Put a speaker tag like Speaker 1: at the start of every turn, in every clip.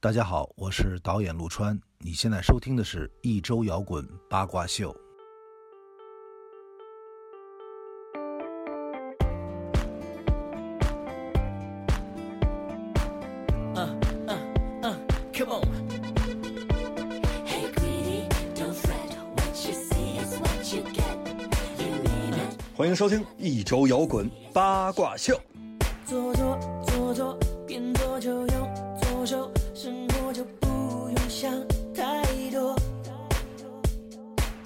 Speaker 1: 大家好，我是导演陆川，你现在收听的是一周摇滚八卦秀。
Speaker 2: uh, uh, uh, come on.
Speaker 3: Hey, greedy, don't fret. What you see is what you get. You mean it.
Speaker 4: 欢迎收听一周摇滚八卦秀，
Speaker 5: 左左左左，边左就用左手，生活就不用想太多。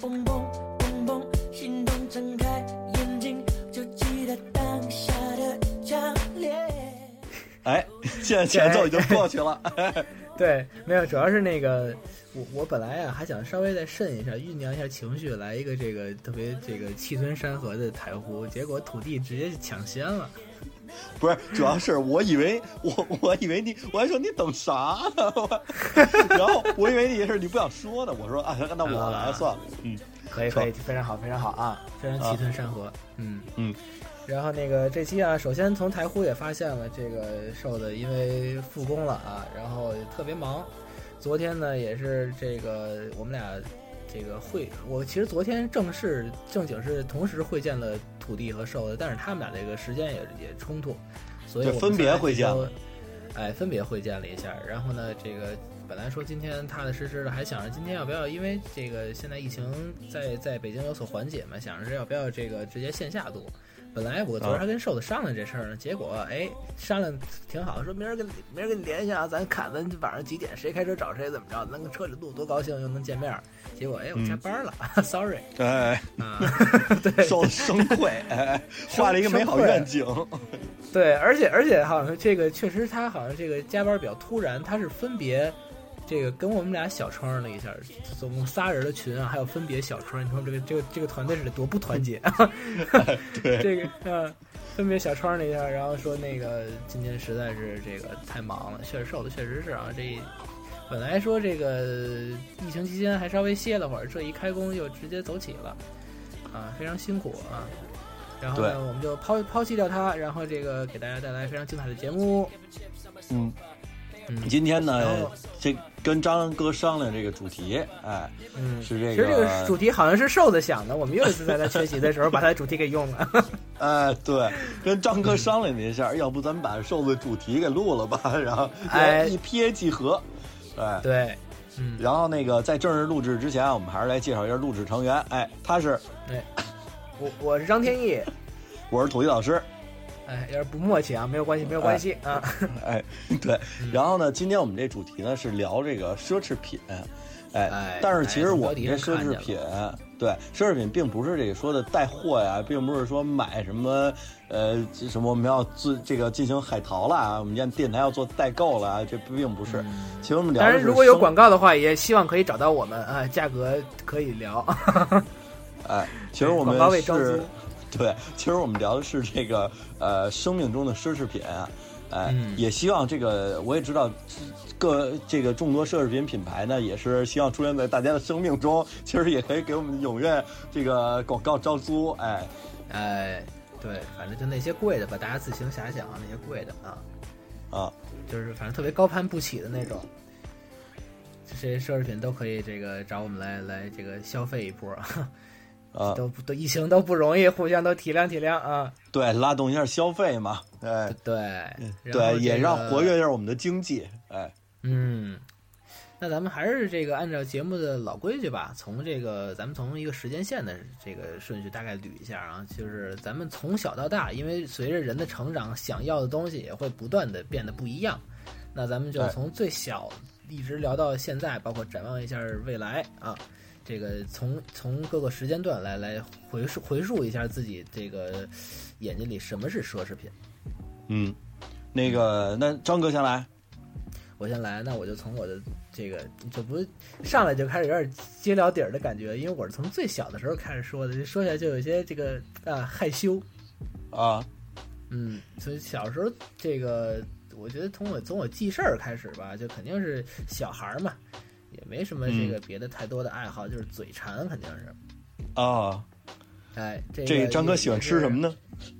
Speaker 5: 蹦蹦蹦蹦，心动睁开眼睛，就记得当下的强烈。
Speaker 4: 哎，现在前奏已经过去
Speaker 6: 哎
Speaker 4: 了，
Speaker 6: 对，没有，主要是那个我我本来啊还想稍微再慎一下，酝酿一下情绪，来一个这个特别这个气吞山河的台呼，结果土地直接抢先了。
Speaker 4: 不是，主要是我以为我我以为你，我还说你等啥呢， 我然后我以为你是你不想说呢，我说啊，那我来算了，嗯，
Speaker 6: 可以
Speaker 4: 可以
Speaker 6: 非常好，非常好啊，非常气吞山河，嗯
Speaker 4: 嗯。
Speaker 6: 然后那个这期啊，首先从台呼也发现了这个瘦子因为复工了啊，然后特别忙。昨天呢也是这个我们俩这个会，我其实昨天正式正经是同时会见了土地和瘦子，但是他们俩这个时间也也冲突，所以
Speaker 4: 对
Speaker 6: 我们
Speaker 4: 分别
Speaker 6: 仨
Speaker 4: 会见
Speaker 6: 就
Speaker 4: 了
Speaker 6: 哎，分别会见了一下。然后呢，这个本来说今天踏踏实实的，还想着今天要不要，因为这个现在疫情在在北京有所缓解嘛，想着要不要这个直接线下录。本来我昨儿还跟瘦子商量这事儿呢，结果哎商量挺好，说明儿跟明儿跟你联系啊，咱看咱晚上几点谁开车找谁怎么着，能搁车里录多高兴，又能见面儿。结果哎我加班了、s o r r y
Speaker 4: 哎，
Speaker 6: 啊。
Speaker 4: 受生愧，哎，画了一个美好愿景，
Speaker 6: 对，而且而且好像这个确实他好像这个加班比较突然，他是分别这个跟我们俩小窗了一下，总共仨人的群啊，还有分别小窗，你说这个这个这个团队是得多不团结啊！
Speaker 4: 对，
Speaker 6: 这个呃，分别小窗了一下，然后说那个今天实在是这个太忙了，确实瘦的确实是啊，这本来说这个疫情期间还稍微歇了会儿，这一开工又直接走起了，啊，非常辛苦啊。然后呢，
Speaker 4: 对
Speaker 6: 我们就抛抛弃掉它，然后这个给大家带来非常精彩的节目。
Speaker 4: 嗯。
Speaker 6: 嗯
Speaker 4: 今天
Speaker 6: 然
Speaker 4: 呢
Speaker 6: 后，
Speaker 4: 这跟张哥商量这个主题，哎，
Speaker 6: 嗯，
Speaker 4: 是这个
Speaker 6: 其实这个主题好像是瘦子想的，我们又一次在他缺席的时候把他的主题给用了。
Speaker 4: 哎，对，跟张哥商量了一下，哎要不咱们把瘦子主题给录了吧，然后
Speaker 6: 哎
Speaker 4: 一瞥即合，哎，
Speaker 6: 对，嗯，
Speaker 4: 然后那个在正式录制之前啊，我们还是来介绍一下录制成员，哎，他是
Speaker 6: 我我是张天翼，
Speaker 4: 我是土地老师，
Speaker 6: 哎，有点不默契啊，没有关系，没有关系 啊。
Speaker 4: 哎，对，
Speaker 6: 嗯
Speaker 4: 然后呢，今天我们这主题呢是聊这个奢侈品，哎
Speaker 6: 哎，
Speaker 4: 但是其实
Speaker 6: 哎
Speaker 4: 我们
Speaker 6: 标题
Speaker 4: 这
Speaker 6: 上
Speaker 4: 奢
Speaker 6: 看
Speaker 4: 侈
Speaker 6: 见
Speaker 4: 品，对，奢侈品并不是这个说的带货呀，并不是说买什么，呃，这什么我们要做这个进行海淘啦，啊，我们家电台要做代购啦，这并不是。
Speaker 6: 嗯
Speaker 4: 其实我们聊
Speaker 6: 当
Speaker 4: 的
Speaker 6: 然，
Speaker 4: 是
Speaker 6: 如果有
Speaker 4: 生
Speaker 6: 广告的话，也希望可以找到我们啊，价格可以聊。
Speaker 4: 哎，其实我们
Speaker 6: 广告位招
Speaker 4: 是
Speaker 6: 租，
Speaker 4: 对，其实我们聊的是这个呃生命中的奢侈品，哎，
Speaker 6: 嗯
Speaker 4: 也希望这个我也知道各这个众多奢侈品品牌呢，也是希望出现在大家的生命中。其实也可以给我们踊跃这个广告招租，哎，
Speaker 6: 哎，对，反正就那些贵的吧，大家自行遐想啊，那些贵的啊，
Speaker 4: 啊，
Speaker 6: 就是反正特别高攀不起的那种，这些奢侈品都可以这个找我们来来这个消费一波啊，
Speaker 4: 啊
Speaker 6: 都不都疫情都不容易，互相都体谅体谅啊。
Speaker 4: 对，拉动一下消费嘛，哎，
Speaker 6: 对，然后
Speaker 4: 对，也
Speaker 6: 这
Speaker 4: 让
Speaker 6: 个
Speaker 4: 活跃一下我们的经济，哎，
Speaker 6: 嗯，那咱们还是这个按照节目的老规矩吧，从这个咱们从一个时间线的这个顺序大概捋一下啊，就是咱们从小到大，因为随着人的成长，想要的东西也会不断的变得不一样。那咱们就
Speaker 4: 对
Speaker 6: 从最小一直聊到现在，包括展望一下未来啊。这个从从各个时间段来来回溯回溯一下自己这个眼睛里什么是奢侈品。
Speaker 4: 嗯，那个那张哥先来，
Speaker 6: 我先来，那我就从我的这个，这不是上来就开始有点揭了底儿的感觉，因为我是从最小的时候开始说的，这说起来就有些这个啊害羞，
Speaker 4: 啊，
Speaker 6: 嗯，所以小时候这个，我觉得从我从我记事儿开始吧，就肯定是小孩儿嘛，也没什么
Speaker 4: 嗯
Speaker 6: 这个别的太多的爱好，就是嘴馋肯定是，
Speaker 4: 啊，
Speaker 6: 哎，这
Speaker 4: 这
Speaker 6: 个
Speaker 4: 张哥
Speaker 6: 也
Speaker 4: 喜欢吃什么？呢？
Speaker 6: 也是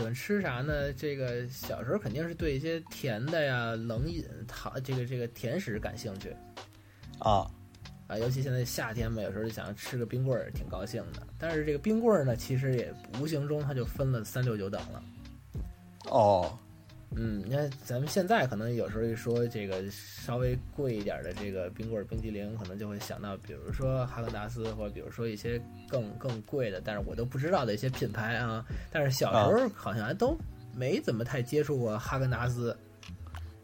Speaker 6: 喜欢吃啥呢？这个小时候肯定是对一些甜的呀、冷饮、糖这个这个甜食感兴趣
Speaker 4: 啊，
Speaker 6: 啊，尤其现在夏天嘛，有时候就想吃个冰棍儿，挺高兴的。但是这个冰棍儿呢，其实也无形中它就分了三六九等了。
Speaker 4: 哦，
Speaker 6: 嗯，你看咱们现在可能有时候一说这个稍微贵一点的这个冰棍儿、冰激凌，可能就会想到，比如说哈根达斯，或者比如说一些更更贵的，但是我都不知道的一些品牌啊。但是小时
Speaker 4: 啊
Speaker 6: 候好像还都没怎么太接触过哈根达斯。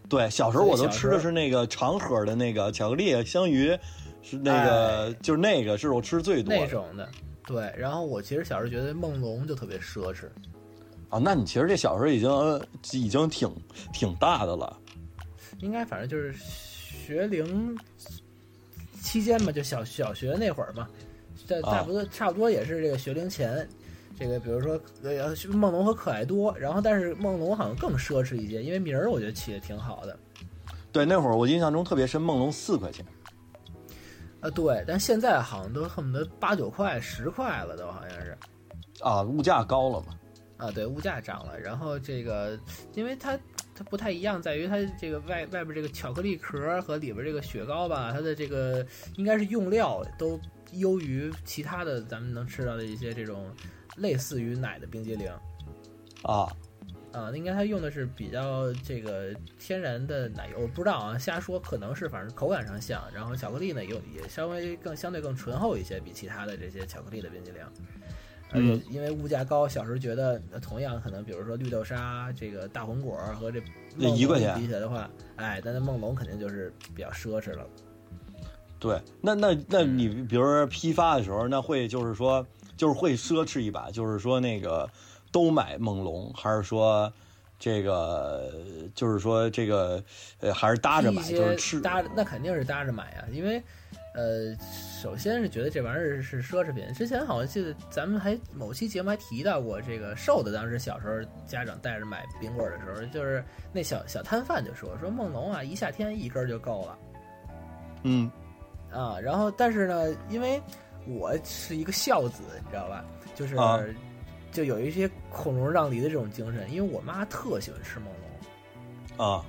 Speaker 4: 对，小时候我
Speaker 6: 所
Speaker 4: 都
Speaker 6: 以小时
Speaker 4: 吃
Speaker 6: 候
Speaker 4: 的是那个长盒的那个巧克力啊香芋，是那个、就是那个是我吃最多
Speaker 6: 哎那
Speaker 4: 的
Speaker 6: 种的。对，然后我其实小时候觉得梦龙就特别奢侈，
Speaker 4: 啊。那你其实这小时候已经呃已经挺挺大的了
Speaker 6: 应该反正就是学龄期间嘛，就小小学那会儿嘛，在
Speaker 4: 啊
Speaker 6: 差不多、差不多也是这个学龄前。这个比如说，呃，梦龙和可爱多，然后但是梦龙好像更奢侈一些，因为名儿我觉得起的挺好的，
Speaker 4: 对，那会儿我印象中特别深，梦龙四块钱
Speaker 6: 啊对，但现在好像都恨不得八九块、十块了，都好像是。
Speaker 4: 啊，物价高了嘛。
Speaker 6: 啊，对，物价涨了，然后这个，因为它它不太一样，在于它这个外外边这个巧克力壳儿和里边这个雪糕吧，它的这个应该是用料都优于其他的咱们能吃到的一些这种类似于奶的冰激凌
Speaker 4: 啊，
Speaker 6: 啊，应该它用的是比较这个天然的奶油，我不知道啊，瞎说，可能是反正口感上像，然后巧克力呢又也稍微更相对更醇厚一些，比其他的这些巧克力的冰激凌。而且
Speaker 4: 嗯
Speaker 6: 因为物价高，小时候觉得呃同样可能，比如说绿豆沙、这个大红果儿和这
Speaker 4: 那
Speaker 6: 梦
Speaker 4: 一块
Speaker 6: 龙
Speaker 4: 钱
Speaker 6: 比起来的话，哎，但那梦龙肯定就是比较奢侈了。
Speaker 4: 对，那那那你
Speaker 6: 嗯
Speaker 4: 比如说批发的时候，那会就是说就是会奢侈一把，就是说那个都买梦龙，还是说这个就是说这个呃还是搭着买，
Speaker 6: 一些
Speaker 4: 就是吃
Speaker 6: 搭着那肯定是搭着买呀，因为呃，首先是觉得这玩意儿是奢侈品。之前好像记得咱们还某期节目还提到过，这个瘦的当时小时候家长带着买冰棍儿的时候，就是那小小摊贩就说说梦龙啊，一夏天一根儿就够了。
Speaker 4: 嗯
Speaker 6: 啊，然后但是呢，因为我是一个孝子，你知道吧？就是、
Speaker 4: 啊
Speaker 6: 就有一些孔融让梨的这种精神，因为我妈特喜欢吃梦龙，
Speaker 4: 啊，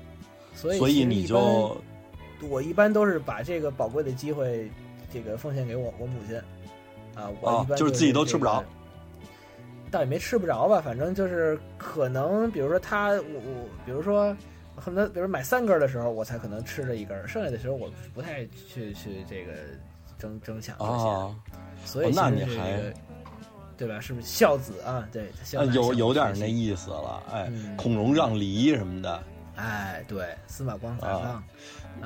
Speaker 6: 所以
Speaker 4: 所
Speaker 6: 其
Speaker 4: 以
Speaker 6: 实
Speaker 4: 你
Speaker 6: 一般
Speaker 4: 就
Speaker 6: 我一般都是把这个宝贵的机会，这个奉献给我我母亲，啊，我
Speaker 4: 哦
Speaker 6: 一般、
Speaker 4: 就是是自己都吃不着
Speaker 6: 这个。倒也没吃不着吧，反正就是可能，比如说他，我我，比如说，可能比如买三根儿的时候，我才可能吃着一根儿，剩下的时候我不太去去这个争争抢这些。
Speaker 4: 啊。
Speaker 6: 所以
Speaker 4: 哦
Speaker 6: 其
Speaker 4: 那
Speaker 6: 实
Speaker 4: 你
Speaker 6: 这
Speaker 4: 还
Speaker 6: 个对吧？是不是孝子啊？对，孝
Speaker 4: 啊，
Speaker 6: 男孝
Speaker 4: 有
Speaker 6: 女
Speaker 4: 有点
Speaker 6: 之
Speaker 4: 那
Speaker 6: 心。
Speaker 4: 意思了，哎，
Speaker 6: 嗯
Speaker 4: 孔融让梨什么的。
Speaker 6: 哎，对，司马光反抗
Speaker 4: 啊。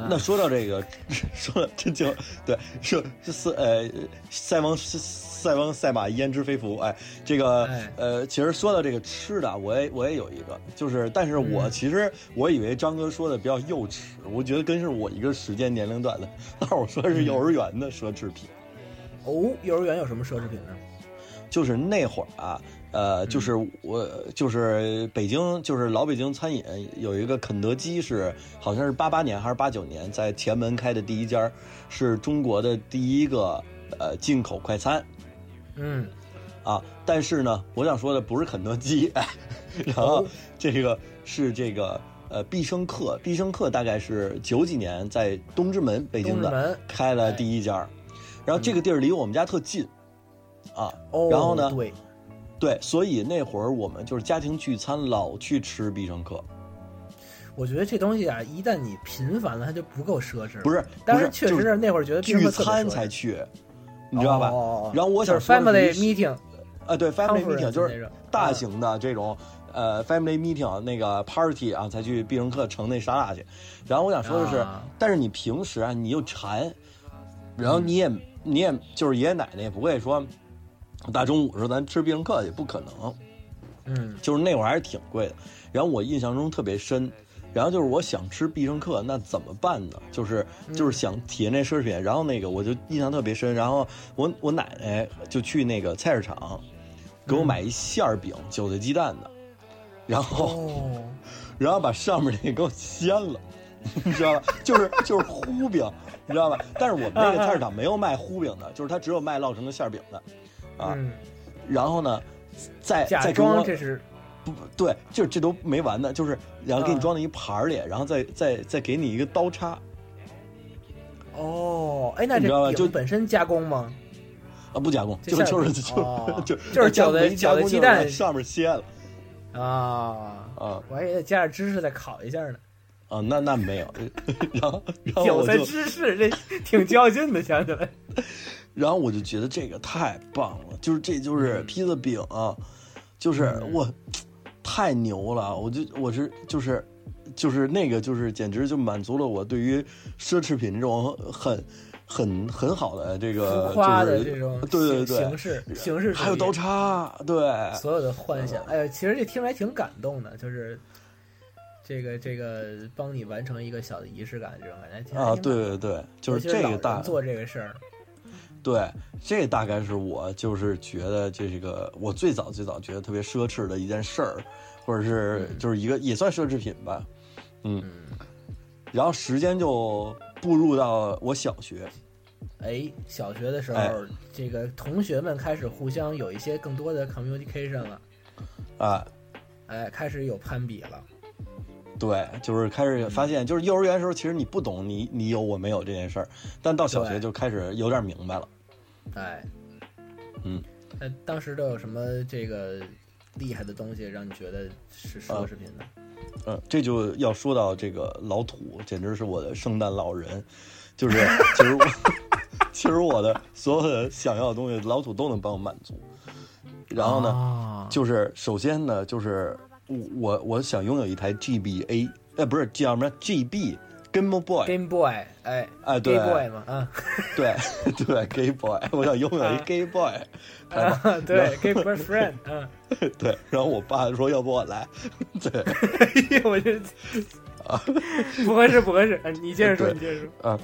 Speaker 4: 那说到这个， 说到这就对，说这是呃，塞翁失塞翁赛马焉知非福，哎，这个
Speaker 6: 哎
Speaker 4: 呃，其实说到这个吃的啊，我也我也有一个，就是，但是我
Speaker 6: 嗯
Speaker 4: 其实我以为张哥说的比较幼稚，我觉得跟是我一个时间年龄段的， 但是我说是幼儿园的奢侈品。
Speaker 6: 哦，幼儿园有什么奢侈品呢？
Speaker 4: 就是那会儿啊，呃，就是
Speaker 6: 嗯
Speaker 4: 我就是北京就是老北京餐饮有一个肯德基是好像是八八年还是八九年在前门开的第一家儿，是中国的第一个呃进口快餐
Speaker 6: 嗯，
Speaker 4: 啊。但是呢，我想说的不是肯德基， 哎、然
Speaker 6: 哦
Speaker 4: 后这个是这个呃必胜客，必胜客大概是九几年在东直门北京
Speaker 6: 东直
Speaker 4: 的
Speaker 6: 门
Speaker 4: 开了第一家儿，然后这个地儿离我们家特近啊。
Speaker 6: 哦，
Speaker 4: 然后呢
Speaker 6: 对，
Speaker 4: 对，所以那会儿我们就是家庭聚餐，老去吃必胜客，
Speaker 6: 我觉得这东西啊，一旦你频繁了，它就不够奢侈了。
Speaker 4: 不是
Speaker 6: 当
Speaker 4: 不
Speaker 6: 时
Speaker 4: 是
Speaker 6: 确
Speaker 4: 就
Speaker 6: 实
Speaker 4: 是
Speaker 6: 是那会儿觉得必胜
Speaker 4: 聚
Speaker 6: 客特别
Speaker 4: 餐
Speaker 6: 奢侈
Speaker 4: 才，去，你知道吧？
Speaker 6: 哦哦哦
Speaker 4: 然后我
Speaker 6: 就
Speaker 4: 想
Speaker 6: 是
Speaker 4: 说的
Speaker 6: family
Speaker 4: 是
Speaker 6: meeting，
Speaker 4: 啊，对 family
Speaker 6: conference
Speaker 4: meeting 就是
Speaker 6: 那种
Speaker 4: 大
Speaker 6: 嗯
Speaker 4: 型的这种。呃，family meeting 那个 party 啊，才去必胜客盛那沙拉去。然后我想说的是，
Speaker 6: 啊
Speaker 4: 但是你平时啊，你又馋，然
Speaker 6: 嗯
Speaker 4: 后你也、你也就是爷爷奶奶也不会说，大中午说咱吃必胜客去，不可能。
Speaker 6: 嗯，
Speaker 4: 就是那会儿还是挺贵的。然后我印象中特别深，然后就是我想吃必胜客，那怎么办呢？就是
Speaker 6: 嗯
Speaker 4: 就是想体验这奢侈品，然后那个我就印象特别深。然后我我奶奶就去那个菜市场，给
Speaker 6: 嗯
Speaker 4: 我买一馅儿饼，韭菜鸡蛋的，然后
Speaker 6: 哦，
Speaker 4: 然后把上面那个给我掀了。 你知道吧？就是就是糊饼，你知道吧？但是我们那个菜市场没有卖糊饼的，就是它只有卖烙成的馅儿饼的，啊。
Speaker 6: 嗯，
Speaker 4: 然后呢，再
Speaker 6: 假
Speaker 4: 再跟我
Speaker 6: 装这是
Speaker 4: 不对，就这都没完呢，就是然后给你
Speaker 6: 啊
Speaker 4: 装到一盘儿里，然后再再再给你一个刀叉，
Speaker 6: 哦，哎，那
Speaker 4: 你知道吧
Speaker 6: 这
Speaker 4: 就
Speaker 6: 饼本身加工吗？
Speaker 4: 啊，不加工，
Speaker 6: 这
Speaker 4: 就是
Speaker 6: 馅
Speaker 4: 就
Speaker 6: 儿
Speaker 4: 是
Speaker 6: 不
Speaker 4: 就是、
Speaker 6: 哦
Speaker 4: 就
Speaker 6: 就
Speaker 4: 加
Speaker 6: 是搅
Speaker 4: 工
Speaker 6: 的
Speaker 4: 一加
Speaker 6: 搅
Speaker 4: 工
Speaker 6: 的鸡
Speaker 4: 就是把
Speaker 6: 蛋
Speaker 4: 上面歇了
Speaker 6: 啊，
Speaker 4: 啊
Speaker 6: 我还以为加点芝士再烤一下呢。
Speaker 4: 啊，那那没有， 然后然后哦
Speaker 6: 韭
Speaker 4: 我
Speaker 6: 菜
Speaker 4: 就
Speaker 6: 芝士，这挺较劲的，想起来。
Speaker 4: 然后我就觉得这个太棒了，就是这就是披萨饼啊，就是
Speaker 6: 嗯
Speaker 4: 我太牛了，我就我是就是就是那个就是简直就满足了我对于奢侈品这种很很很好的这个
Speaker 6: 浮夸
Speaker 4: 呃就
Speaker 6: 的
Speaker 4: 是
Speaker 6: 这种
Speaker 4: 对对
Speaker 6: 形形
Speaker 4: 对，
Speaker 6: 式形式主义，
Speaker 4: 还有刀叉，对，
Speaker 6: 所有的幻想。哎呀，其实这听来挺感动的，就是这个这个帮你完成一个小的仪式感，这种感觉挺
Speaker 4: 啊，对，对对，就是
Speaker 6: 挺感动尤其是
Speaker 4: 这
Speaker 6: 老
Speaker 4: 个
Speaker 6: 人
Speaker 4: 大
Speaker 6: 做这个事儿，
Speaker 4: 对，这大概是我就是觉得这是个我最早最早觉得特别奢侈的一件事儿，或者是
Speaker 6: 嗯
Speaker 4: 就是一个也算奢侈品吧，嗯。然后时间就步入到我小学，
Speaker 6: 哎，小学的时候，
Speaker 4: 哎
Speaker 6: 这个同学们开始互相有一些更多的 communication 了，
Speaker 4: 啊，
Speaker 6: 哎，开始有攀比了。
Speaker 4: 对，就是开始发
Speaker 6: 嗯
Speaker 4: 现，就是幼儿园的时候其实你不懂你你有我没有这件事儿，但到小学
Speaker 6: 对
Speaker 4: 就开始有点明白了。
Speaker 6: 哎，
Speaker 4: 嗯，
Speaker 6: 那当时都有什么这个厉害的东西让你觉得是
Speaker 4: 啊
Speaker 6: 奢侈品呢？
Speaker 4: 嗯，这就要说到这个老土，简直是我的圣诞老人，就是其实我 其实我的所有的想要的东西，老土都能帮我满足。然后呢，
Speaker 6: 啊
Speaker 4: 就是首先呢，就是我我我想拥有一台 GBA，呃，不是叫什么 GB Game Boy，
Speaker 6: Game Boy，哎，
Speaker 4: 哎对
Speaker 6: g a m e Boy 嘛，啊，
Speaker 4: 对 对 Game Boy，我想拥有一
Speaker 6: 啊
Speaker 4: Game Boy，台吧
Speaker 6: 对，Game Boy Friend，嗯，
Speaker 4: 啊对，然后我爸说要不我来， 对。
Speaker 6: 哎呦，我这不合适，不合适，哎你接着说，
Speaker 4: 啊对
Speaker 6: 你接着说，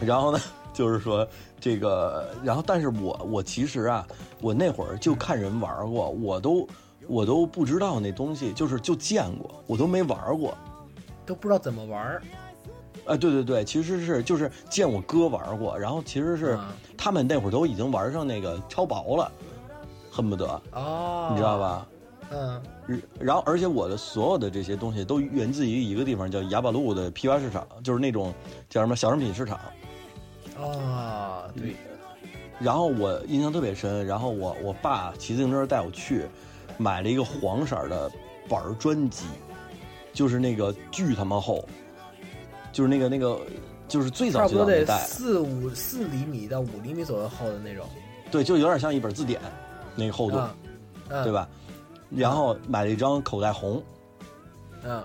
Speaker 4: 然后呢，就是说这个，然后但是我我其实啊，我那会儿就看人玩过，我都我都不知道那东西，就是就见过，我都没玩过。
Speaker 6: 都不知道怎么玩儿，
Speaker 4: 啊，对对对，其实是就是见我哥玩过，然后其实是、
Speaker 6: 啊
Speaker 4: 他们那会儿都已经玩上那个超薄了，恨不得
Speaker 6: 哦，
Speaker 4: 你知道？吧？
Speaker 6: 嗯，
Speaker 4: 然后，而且我的所有的这些东西都源自于一个地方，叫雅宝路的批发市场，就是那种叫什么小商品市场。
Speaker 6: 哦，
Speaker 4: 嗯
Speaker 6: 对，
Speaker 4: 然后我印象特别深，然后我我爸骑自行车带我去，买了一个黄色儿的板儿专辑，就是那个巨他妈厚，就是那个那个就是最
Speaker 6: 差
Speaker 4: 早
Speaker 6: 不
Speaker 4: 最
Speaker 6: 多
Speaker 4: 早
Speaker 6: 得
Speaker 4: 那代，
Speaker 6: 四五四厘米到五厘米左右厚的那种，
Speaker 4: 对，就有点像一本字典那个厚度，
Speaker 6: 嗯，嗯
Speaker 4: 对？吧？然后买了一张口袋红
Speaker 6: 嗯，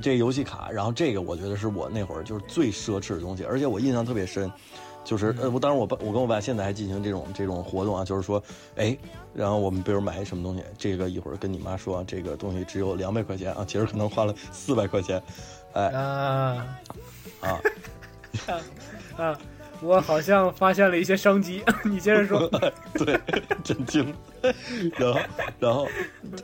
Speaker 4: 这个游戏卡，然后这个我觉得是我那会儿就是最奢侈的东西，而且我印象特别深。就是呃，我当然我爸，我跟我爸现在还进行这种这种活动啊，就是说，哎，然后我们比如买一什么东西，这个一会儿跟你妈说啊，这个东西只有两百块钱啊，其实可能花了四百块钱，哎
Speaker 6: 啊
Speaker 4: 啊，
Speaker 6: 啊，我好像发现了一些商机， 你接 着说。
Speaker 4: 对，震惊。然后，然后，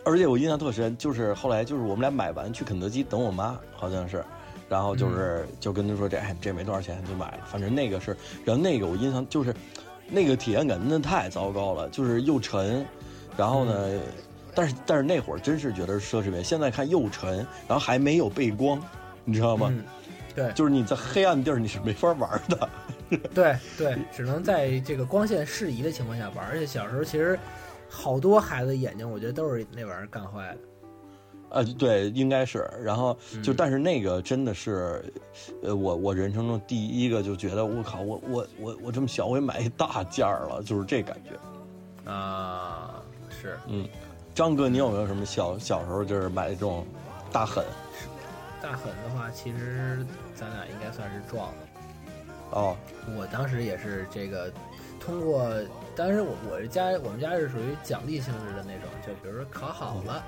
Speaker 4: 而且我印象特深，就是后来就是我们俩买完去肯德基等我妈，好像是，然后就是、就跟她说这哎这没多少钱就买了，反正那个是，然后那个我印象就是那个体验感真的太糟糕了，就是又沉，然后呢，但是但是那会儿真是觉得是奢侈品，现在看又沉，然后还没有背光，你知道吗？
Speaker 6: 嗯，对
Speaker 4: 就是你在黑暗地儿你是没法玩的，
Speaker 6: 对对，只能在这个光线适宜的情况下玩。而且小时候其实好多孩子眼睛，我觉得都是那玩意儿干坏的。
Speaker 4: 呃，对，应该是。然后就，
Speaker 6: 嗯
Speaker 4: 但是那个真的是，呃，我我人生中第一个就觉得，我靠，我我我我这么小，我也买一大件儿了，就是这感觉。
Speaker 6: 啊，是，
Speaker 4: 嗯，张哥，你有没有什么小小时候就是买这种大狠？
Speaker 6: 大狠的话，其实咱俩应该算是撞了。
Speaker 4: 哦，
Speaker 6: 我当时也是这个，通过，当时我我家我们家是属于奖励性质的那种，就比如说考好了，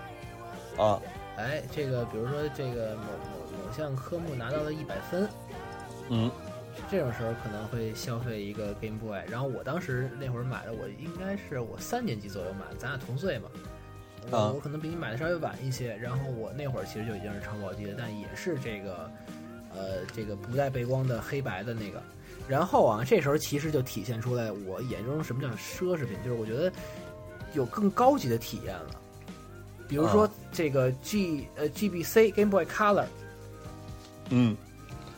Speaker 4: 啊，
Speaker 6: 哎，这个比如说这个某某某项科目拿到了一百分，
Speaker 4: 嗯，
Speaker 6: 这种时候可能会消费一个 Game Boy。然后我当时那会儿买的，我应该是我三年级左右买的，咱俩同岁嘛。
Speaker 4: 啊
Speaker 6: 我我可能比你买的稍微晚一些，然后我那会儿其实就已经是超薄机了，但也是这个，呃，这个不带背光的黑白的那个。然后啊，这时候其实就体现出来我眼中什么叫奢侈品，就是我觉得有更高级的体验了。比如说这个 G 呃 GBC Game Boy Color
Speaker 4: 嗯，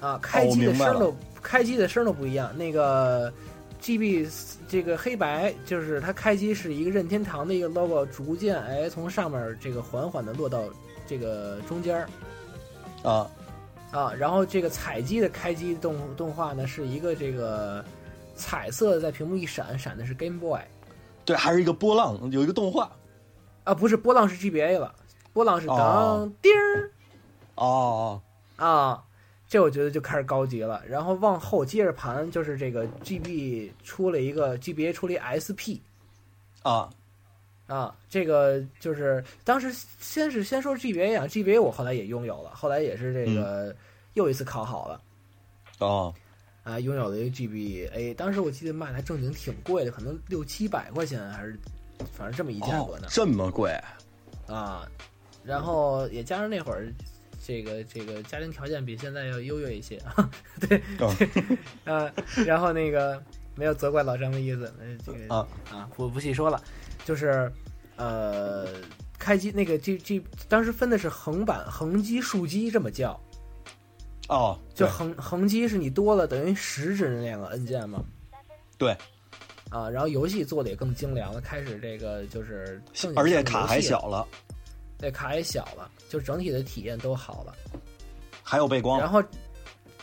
Speaker 6: 啊，开机的
Speaker 4: 明白
Speaker 6: 声儿
Speaker 4: 了
Speaker 6: 都开机的声儿都不一样。那个 GB 这个黑白就是它开机是一个任天堂的一个 logo，逐渐哎从上面这个缓缓的落到这个中间儿
Speaker 4: 啊，
Speaker 6: 啊，然后这个彩机的开机动动画呢是一个这个彩色的在屏幕一闪，闪的是 Game Boy
Speaker 4: 对，还是一个波浪，有一个动画
Speaker 6: 啊，不是波浪是 GBA 了，波浪是当、
Speaker 4: 哦
Speaker 6: 叮儿。
Speaker 4: 哦，
Speaker 6: 啊，这我觉得就开始高级了。然后往后接着盘，就是这个 GB 出了一个 GBA 出了一 SP
Speaker 4: 啊，
Speaker 6: 啊，这个就是当时先是先说 GBA 啊，GBA 我后来也拥有了，后来也是这个又一次考好了。
Speaker 4: 哦，
Speaker 6: 啊，拥有了一个 GBA，当时我记得卖的还正经挺贵的，可能六七百块钱还是，反正这么一价格
Speaker 4: 哦
Speaker 6: 呢、
Speaker 4: 这么贵，
Speaker 6: 啊。然后也加上那会儿，这个这个家庭条件比现在要优越一些，
Speaker 4: 啊
Speaker 6: 啊，然后那个没有责怪老张的意思，呃这个
Speaker 4: 啊
Speaker 6: 我不细说了，就是呃，开机那个 G G 当时分的是横版、横击、竖击这么叫，
Speaker 4: 哦，
Speaker 6: 就
Speaker 4: 对
Speaker 6: 横横击是你多了等于十指那两个按键嘛。
Speaker 4: 对，
Speaker 6: 啊，然后游戏做的也更精良了，开始这个就是正经
Speaker 4: 而且
Speaker 6: 上
Speaker 4: 卡
Speaker 6: 游
Speaker 4: 还
Speaker 6: 戏了，
Speaker 4: 小了，
Speaker 6: 对，卡也小了，就整体的体验都好了。
Speaker 4: 还有背
Speaker 6: 然
Speaker 4: 光，
Speaker 6: 后，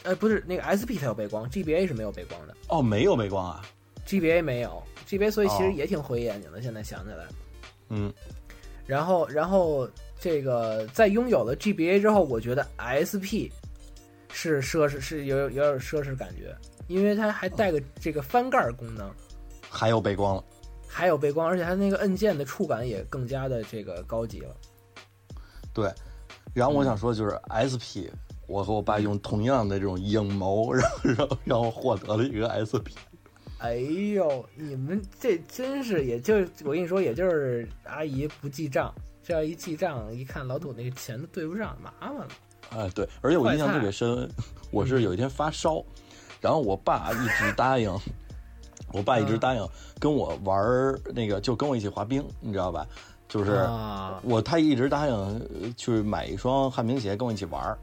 Speaker 6: 呃，不是那个 SP 它有背光，GBA 是没有背光的
Speaker 4: 哦，没有背光啊，
Speaker 6: ，GBA 没有 GBA，所以其
Speaker 4: 哦
Speaker 6: 实也挺毁眼睛的。现在想起来，
Speaker 4: 嗯，
Speaker 6: 然后，然后这个在拥有了 GBA 之后，我觉得 SP 是奢侈，是有有点奢侈感觉，因为它还带个这个翻盖儿功能，
Speaker 4: 还有背光了，
Speaker 6: 还有背光，而且它那个按键的触感也更加的这个高级了。
Speaker 4: 对，然后我想说就是 SP。我和我爸用同样的这种硬谋，然后然后然后获得了一个 SP，
Speaker 6: 哎呦，你们这真是，也就我跟你说，也就是阿姨不记账，这要一记账，一看老土那个钱都对不上，麻烦了。
Speaker 4: 啊，对，而且我印象
Speaker 6: 坏菜
Speaker 4: 特别深，我是有一天发烧，然后我爸一直答应，我爸一直
Speaker 6: 嗯
Speaker 4: 答应跟我玩儿那个，就跟我一起滑冰，你知道吧？就是
Speaker 6: 啊，
Speaker 4: 我他一直答应呃去买一双旱冰鞋跟我一起玩儿，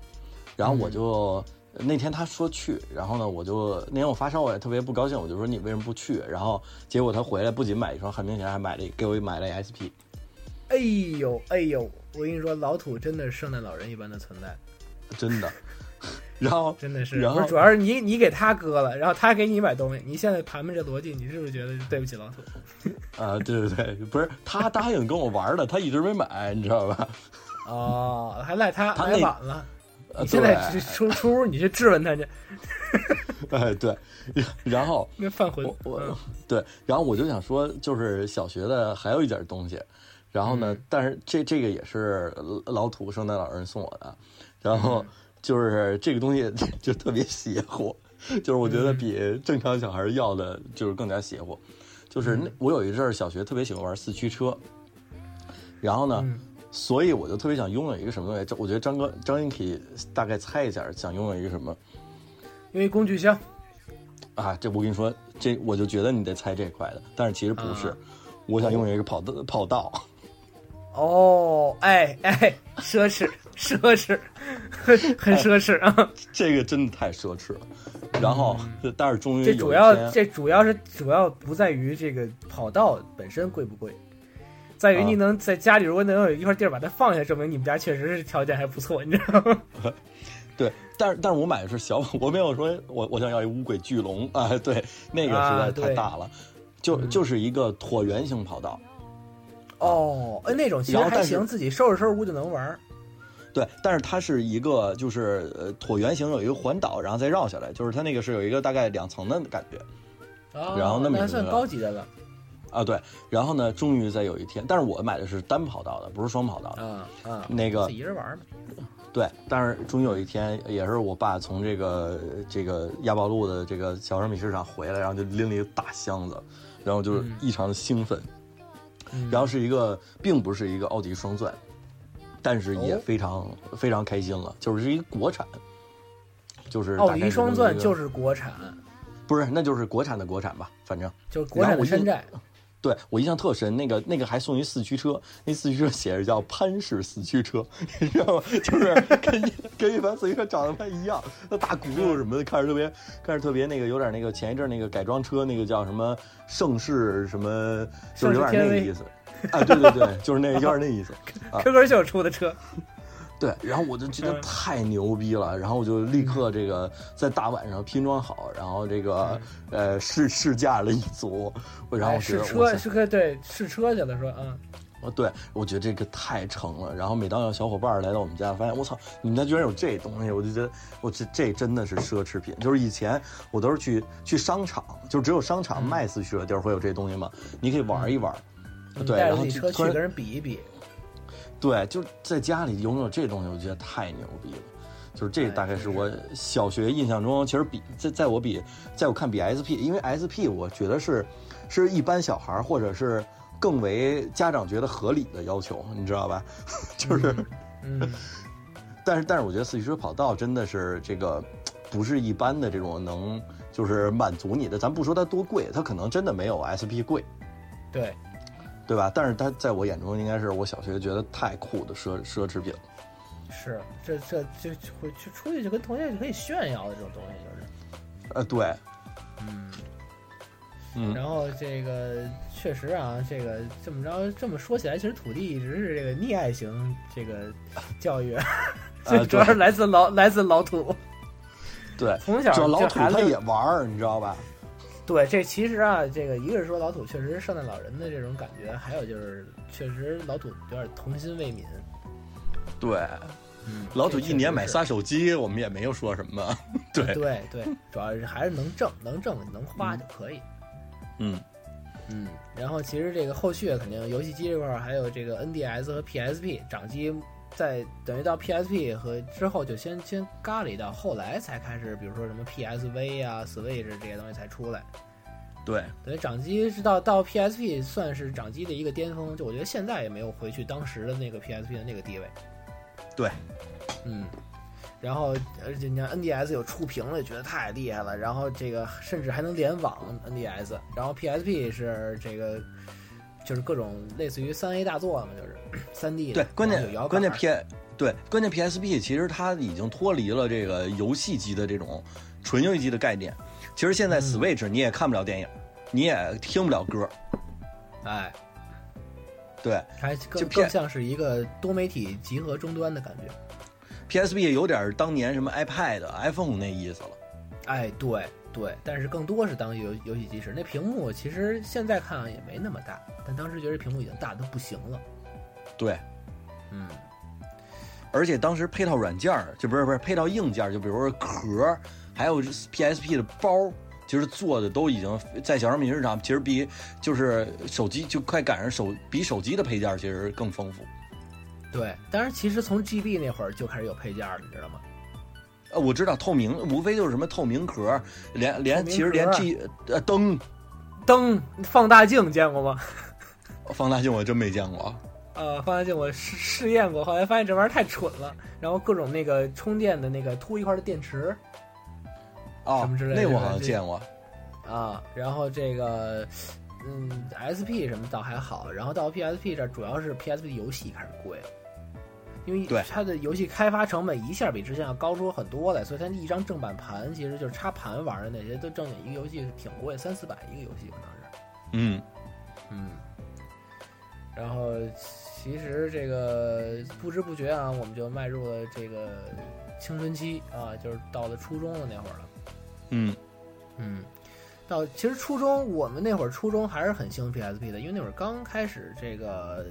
Speaker 4: 然后我就。
Speaker 6: 嗯
Speaker 4: 那天他说去，然后呢，我就那天我发烧，我也特别不高兴，我就说你为什么不去？然后结果他回来不仅买一双旱冰鞋，还买了一给我买了一 SP。
Speaker 6: 哎呦，哎呦，我跟你说，老土真的是圣诞老人一般的存在。
Speaker 4: 真 的。然后
Speaker 6: 真的是，
Speaker 4: 然
Speaker 6: 不
Speaker 4: 后
Speaker 6: 是主要是你你给他割了，然后他给你买东西，你现在盘盘这逻辑，你是不是觉得对不起老土？
Speaker 4: 啊，对对对，不是他答应跟我玩的，他一直没买，你知道吧？
Speaker 6: 哦，还赖他
Speaker 4: 他
Speaker 6: 来
Speaker 4: 那
Speaker 6: 晚了，
Speaker 4: 啊
Speaker 6: 你
Speaker 4: 对
Speaker 6: 现，在是出出屋你去质问他去，
Speaker 4: 哎对，然后
Speaker 6: 那犯浑
Speaker 4: 我。我
Speaker 6: 嗯
Speaker 4: 对，然后我就想说，就是小学的还有一件东西，然后呢，
Speaker 6: 嗯
Speaker 4: 但是这这个也是老土圣诞老人送我的，然
Speaker 6: 嗯
Speaker 4: 后 就是这个东西 就特别邪乎，就是我觉得
Speaker 6: 嗯
Speaker 4: 比正常小孩要的就是更加邪乎，就是
Speaker 6: 嗯
Speaker 4: 那我有一阵儿小学特别喜欢玩四驱车，然后呢。
Speaker 6: 嗯
Speaker 4: 所以我就特别想拥有一个什么东西，这我觉得张哥张英可以大概猜一下，想拥有一个什么
Speaker 6: 因为工具箱
Speaker 4: 啊？这我跟你说，这我就觉得你得猜这块的，但是其实不是，
Speaker 6: 啊
Speaker 4: 我想拥有一个跑道跑道，
Speaker 6: 哦，哎哎，奢侈奢侈，很很奢侈啊！
Speaker 4: 这个真的太奢侈了。然后，但是终于有
Speaker 6: 这
Speaker 4: 一
Speaker 6: 主要
Speaker 4: 天
Speaker 6: 这主要是主要不在于这个跑道本身贵不贵。在于
Speaker 4: 啊
Speaker 6: 你能在家里，如果能有一块地儿把它放下，证明你们家确实是条件还不错，你知道吗？
Speaker 4: 对，但是但是我买的是小，我没有说我我想要一乌鬼巨龙啊，对，那个实
Speaker 6: 啊
Speaker 4: 在太
Speaker 6: 对
Speaker 4: 大了，就就是一个椭圆形跑道。
Speaker 6: 哦，哎，那种其实
Speaker 4: 啊然后
Speaker 6: 还
Speaker 4: 但是
Speaker 6: 行，自己收拾收拾屋就能玩儿。
Speaker 4: 对，但是它是一个就是呃椭圆形有一个环岛，然后再绕下来，就是它那个是有一个大概两层的感觉
Speaker 6: 哦
Speaker 4: 然后那么
Speaker 6: 还
Speaker 4: 一
Speaker 6: 算
Speaker 4: 个
Speaker 6: 高级的了。
Speaker 4: 啊。对，然后呢，终于在有一天，但是我买的是单跑道的，不是双跑道的。
Speaker 6: 啊啊，
Speaker 4: 那个
Speaker 6: 自己一人玩儿嘛。
Speaker 4: 对，但是终于有一天，也是我爸从这个这个亚宝路的这个小商品市场回来，然后就拎了一个大箱子，然后就是异常的兴奋，
Speaker 6: 嗯
Speaker 4: 然后是一个并不是一个奥迪双钻，但是也
Speaker 6: 哦
Speaker 4: 非常、非常开心了，就是一国产，就是
Speaker 6: 奥迪双钻就是是国产，
Speaker 4: 不是那就是国产的国产吧，反正
Speaker 6: 就是国产的山寨。
Speaker 4: 对我印象特深，那个那个还送一四驱车，那四驱车写着叫潘氏四驱车，你知道吗？就是跟一跟一般四驱车长得不太一样，那大轱辘什么的，看着特别看着特别那个有点那个前一阵那个改装车那个叫什么盛世什么，就是有点那个意思。哎，对对对，就是那有点那 意思。啊
Speaker 6: QQ 秀出的车，
Speaker 4: 对，然后我就
Speaker 6: 嗯
Speaker 4: 觉得太牛逼了，然后我就立刻这个在大晚上拼装好，然后这个呃试试驾了一组，然后
Speaker 6: 嗯哎
Speaker 4: 我觉
Speaker 6: 试
Speaker 4: 得哇
Speaker 6: 车
Speaker 4: 塞
Speaker 6: 试车对试车去了说啊，
Speaker 4: 哦，对，我觉得这个太成了。然后每当有小伙伴来到我们家，发现我操，你们家居然有这东西，我就觉得我这这真的是奢侈品。就是以前我都是去去商场，就只有商场卖四驱的地儿会有这东西嘛，你可以玩一玩。
Speaker 6: 你
Speaker 4: 对，
Speaker 6: 带
Speaker 4: 然
Speaker 6: 着
Speaker 4: 后
Speaker 6: 自己
Speaker 4: 就
Speaker 6: 车
Speaker 4: 突
Speaker 6: 去
Speaker 4: 然
Speaker 6: 跟人比 一比，
Speaker 4: 对，就是在家里拥有这东西，我觉得太牛逼了。就是这大哎概是我小学印象中，其实比在在我比在我看比 SP，因为 SP 我觉得是是一般小孩儿或者是更为家长觉得合理的要求，你知道吧？就是。
Speaker 6: 嗯，
Speaker 4: 但是但是我觉得四驱车跑道真的是这个不是一般的这种能就是满足你的，咱不说它多贵，它可能真的没有 SP 贵，
Speaker 6: 对，
Speaker 4: 对吧？但是它在我眼中应该是我小学觉得太酷的奢奢侈品了。
Speaker 6: 是这这就回去出去就跟同学就可以炫耀的这种东西就是。
Speaker 4: 呃，对，
Speaker 6: 嗯，
Speaker 4: 嗯
Speaker 6: 然后这个确实啊，这个这么着这么说起来，其实土地一直是这个溺爱型这个教育，
Speaker 4: 啊
Speaker 6: 最、 主要是来自老来自老土，
Speaker 4: 对，
Speaker 6: 从小
Speaker 4: 主要
Speaker 6: 就
Speaker 4: 老土
Speaker 6: 孩
Speaker 4: 他
Speaker 6: 子
Speaker 4: 也玩儿，你知道吧？
Speaker 6: 对这其实啊，这个一个是说老土确实是圣诞老人的这种感觉，还有就是确实老土有点童心未泯，
Speaker 4: 对，
Speaker 6: 嗯，
Speaker 4: 老土
Speaker 6: 这确
Speaker 4: 一年
Speaker 6: 实
Speaker 4: 买
Speaker 6: 是
Speaker 4: 仨手机，我们也没有说什么。对，
Speaker 6: 啊对对，主要是还是能挣能挣能花就可以。
Speaker 4: 嗯，
Speaker 6: 嗯，然后其实这个后续啊肯定游戏机这块儿还有这个 NDS 和 PSP 掌机，在等于到 PSP 和之后就先先嘎了一道，后来才开始，比如说什么 PSV 啊、Switch 这些东西才出来。
Speaker 4: 对，
Speaker 6: 等于掌机是到到 PSP 算是掌机的一个巅峰，就我觉得现在也没有回去当时的那个 PSP 的那个地位。
Speaker 4: 对，
Speaker 6: 嗯，然后而且你看 NDS 有触屏了，觉得太厉害了，然后这个甚至还能联网 NDS，然后 PSP 是这个就是各种类似于三 A 大作嘛，就是三 D
Speaker 4: 对，关
Speaker 6: 有
Speaker 4: 键
Speaker 6: 摇杆
Speaker 4: 关键 P 对关键 PSP 其实它已经脱离了这个游戏机的这种纯游戏机的概念。其实现
Speaker 6: 嗯
Speaker 4: 在 Switch 你也看不了电影，你也听不了歌，
Speaker 6: 哎，
Speaker 4: 对。
Speaker 6: 还更
Speaker 4: 就 P-
Speaker 6: 更像是一个多媒体集合终端的感觉。
Speaker 4: PSP 有点当年什么 iPad、iPhone 那意思了。
Speaker 6: 哎，对对，但是更多是当游游戏机使。那屏幕其实现在看啊也没那么大，但当时觉得屏幕已经大的不行了。
Speaker 4: 对，
Speaker 6: 嗯，
Speaker 4: 而且当时配套软件儿，就不是不是配套硬件儿，就比如说壳儿，还有 PSP 的包儿，其实做的都已经在小商品市场，其实比就是手机就快赶上手比手机的配件儿其实更丰富。
Speaker 6: 对。当然，其实从 GB 那会儿就开始有配件了，你知道吗？
Speaker 4: 呃，我知道透明，无非就是什么透明壳儿，连
Speaker 6: 透
Speaker 4: 连
Speaker 6: 明
Speaker 4: 其实连
Speaker 6: 壳儿
Speaker 4: G 呃灯
Speaker 6: 灯、放大镜见过吗？
Speaker 4: 放大镜我真没见过啊。
Speaker 6: 呃，放大镜我试试验过，后来发现这玩意儿太蠢了。然后各种那个充电的那个凸一块的电池什
Speaker 4: 哦
Speaker 6: 么之类的
Speaker 4: 那我好像
Speaker 6: 这
Speaker 4: 见过。
Speaker 6: 啊，然后这个。嗯，SP 什么倒还好，然后到 PSP 这儿主要是 PSP 游戏开始贵了，因为
Speaker 4: 对
Speaker 6: 它的游戏开发成本一下比之前要高出很多来，所以它一张正版盘其实就是插盘玩的那些，都正经一个游戏挺贵，三四百一个游戏可能是。
Speaker 4: 嗯，
Speaker 6: 嗯，然后其实这个不知不觉啊，我们就迈入了这个青春期啊，就是到了初中的那会儿了。
Speaker 4: 嗯，
Speaker 6: 嗯，到其实初中我们那会儿初中还是很兴 PSP 的，因为那会儿刚开始这个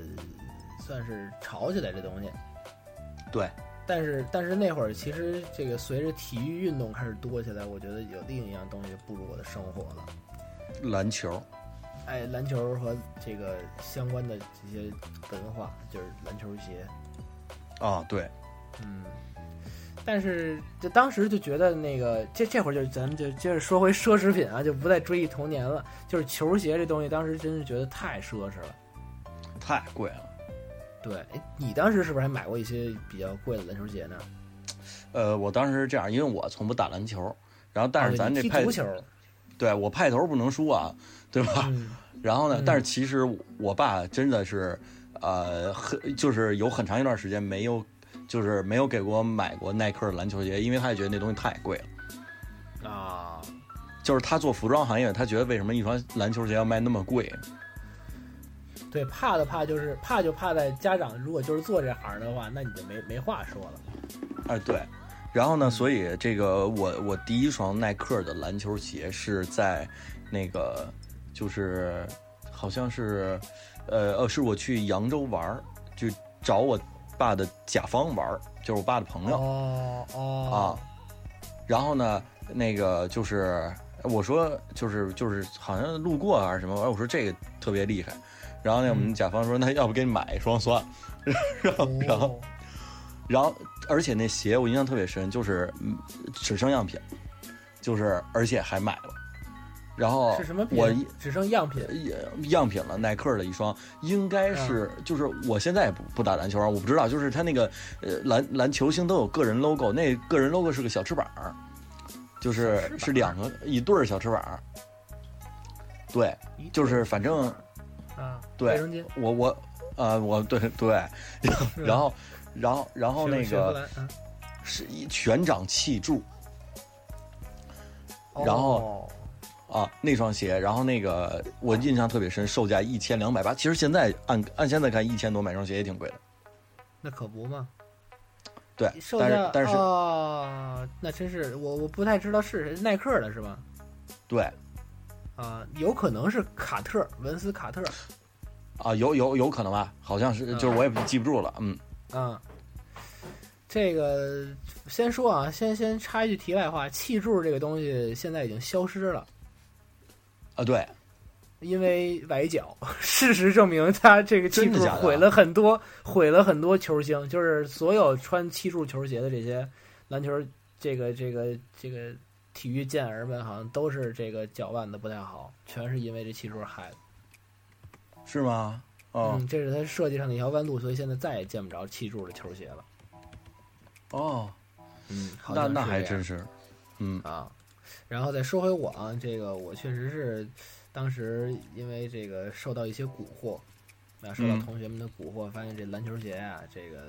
Speaker 6: 算是炒起来这东西。
Speaker 4: 对，
Speaker 6: 但是但是那会儿其实这个随着体育运动开始多起来，我觉得有另一样东西就步入我的生活了。
Speaker 4: 篮球。
Speaker 6: 哎，篮球和这个相关的这些文化，就是篮球鞋，
Speaker 4: 啊，对，
Speaker 6: 嗯。但是就当时就觉得那个这这会儿就咱们就接着说回奢侈品啊，就不再追忆童年了。就是球鞋这东西，当时真是觉得太奢侈了。
Speaker 4: 太贵了。
Speaker 6: 对，哎你当时是不是还买过一些比较贵的篮球鞋呢？
Speaker 4: 呃，我当时是这样，因为我从不打篮球，然后但
Speaker 6: 啊
Speaker 4: 是咱
Speaker 6: 你
Speaker 4: 这
Speaker 6: 踢
Speaker 4: 派、
Speaker 6: 足球，
Speaker 4: 对我派头不能输啊，对吧？
Speaker 6: 嗯，
Speaker 4: 然后呢，但是其实我爸真的是，呃，很就是有很长一段时间没有，就是没有给我买过耐克的篮球鞋，因为他也觉得那东西太贵了。嗯
Speaker 6: 啊，
Speaker 4: 就是他做服装行业，他觉得为什么一双篮球鞋要卖那么贵？
Speaker 6: 对，怕的怕就是怕就怕在家长如果就是做这行的话，那你就没没话说了。
Speaker 4: 哎，对。然后呢，所以这个我我第一双耐克的篮球鞋是在那个就是好像是呃呃，是我去扬州玩儿，就找我爸的甲方玩儿，就是我爸的朋友。
Speaker 6: 哦
Speaker 4: 啊
Speaker 6: 哦，
Speaker 4: 然后呢，那个就是我说就是就是好像路过还是什么，哎玩意儿，我说这个特别厉害，然后呢，我们甲方说那要不给你买一双算了，然
Speaker 6: 哦
Speaker 4: 后啊然后然后而且那鞋我印象特别深，就是嗯只剩样品，就是而且还买了，然后
Speaker 6: 是什么品？
Speaker 4: 我一
Speaker 6: 只剩样品。
Speaker 4: 也样品了，耐克的一双，应该是、
Speaker 6: 嗯
Speaker 4: 就是我现在也不不打篮球啊，我不知道，就是他那个呃篮篮球星都有个人 logo，那个人 logo 是个小翅膀儿，就是
Speaker 6: 小翅膀
Speaker 4: 是两个一对儿小翅膀儿，对，就是反正
Speaker 6: 啊，
Speaker 4: 对
Speaker 6: 卫生巾。
Speaker 4: 我我呃我对对， 然后然后然后那
Speaker 6: 学不
Speaker 4: 个
Speaker 6: 来啊
Speaker 4: 是一全掌气柱，然后
Speaker 6: 哦
Speaker 4: 啊，那双鞋，然后那个我印象特别深，售价一千两百八。其实现在按按现在看，一千多买双鞋也挺贵的，
Speaker 6: 那可不嘛。
Speaker 4: 对。
Speaker 6: 售
Speaker 4: 但
Speaker 6: 价
Speaker 4: 是但是、
Speaker 6: 哦，那真是我我不太知道是谁耐克的是吧？
Speaker 4: 对
Speaker 6: 啊，有可能是卡特文斯卡特
Speaker 4: 啊，有有有可能吧，好像是，
Speaker 6: 嗯
Speaker 4: 就是我也记不住了，嗯
Speaker 6: 啊。这个先说啊，先先插一句题外话，气柱这个东西现在已经消失了，
Speaker 4: 啊，对
Speaker 6: 因为崴脚。 事实证明，它这个气
Speaker 4: 真的
Speaker 6: 柱
Speaker 4: 假的啊
Speaker 6: 毁了很多，毁了很多球星，就是所有穿气柱球鞋的这些篮球这个这个这个体育健儿们，好像都是这个脚腕子不太好，全是因为这气柱害的。
Speaker 4: 是吗？哦、
Speaker 6: 嗯，这是它设计上的一条弯路，所以现在再也见不着气柱的球鞋了。
Speaker 4: 哦，
Speaker 6: 嗯，好
Speaker 4: 那
Speaker 6: 像
Speaker 4: 那
Speaker 6: 是
Speaker 4: 还
Speaker 6: 这
Speaker 4: 真
Speaker 6: 样
Speaker 4: 是，嗯
Speaker 6: 啊。然后再说回我啊，这个我确实是当时因为这个受到一些蛊惑，啊，受到
Speaker 4: 嗯
Speaker 6: 同学们的蛊惑，发现这篮球鞋啊，这个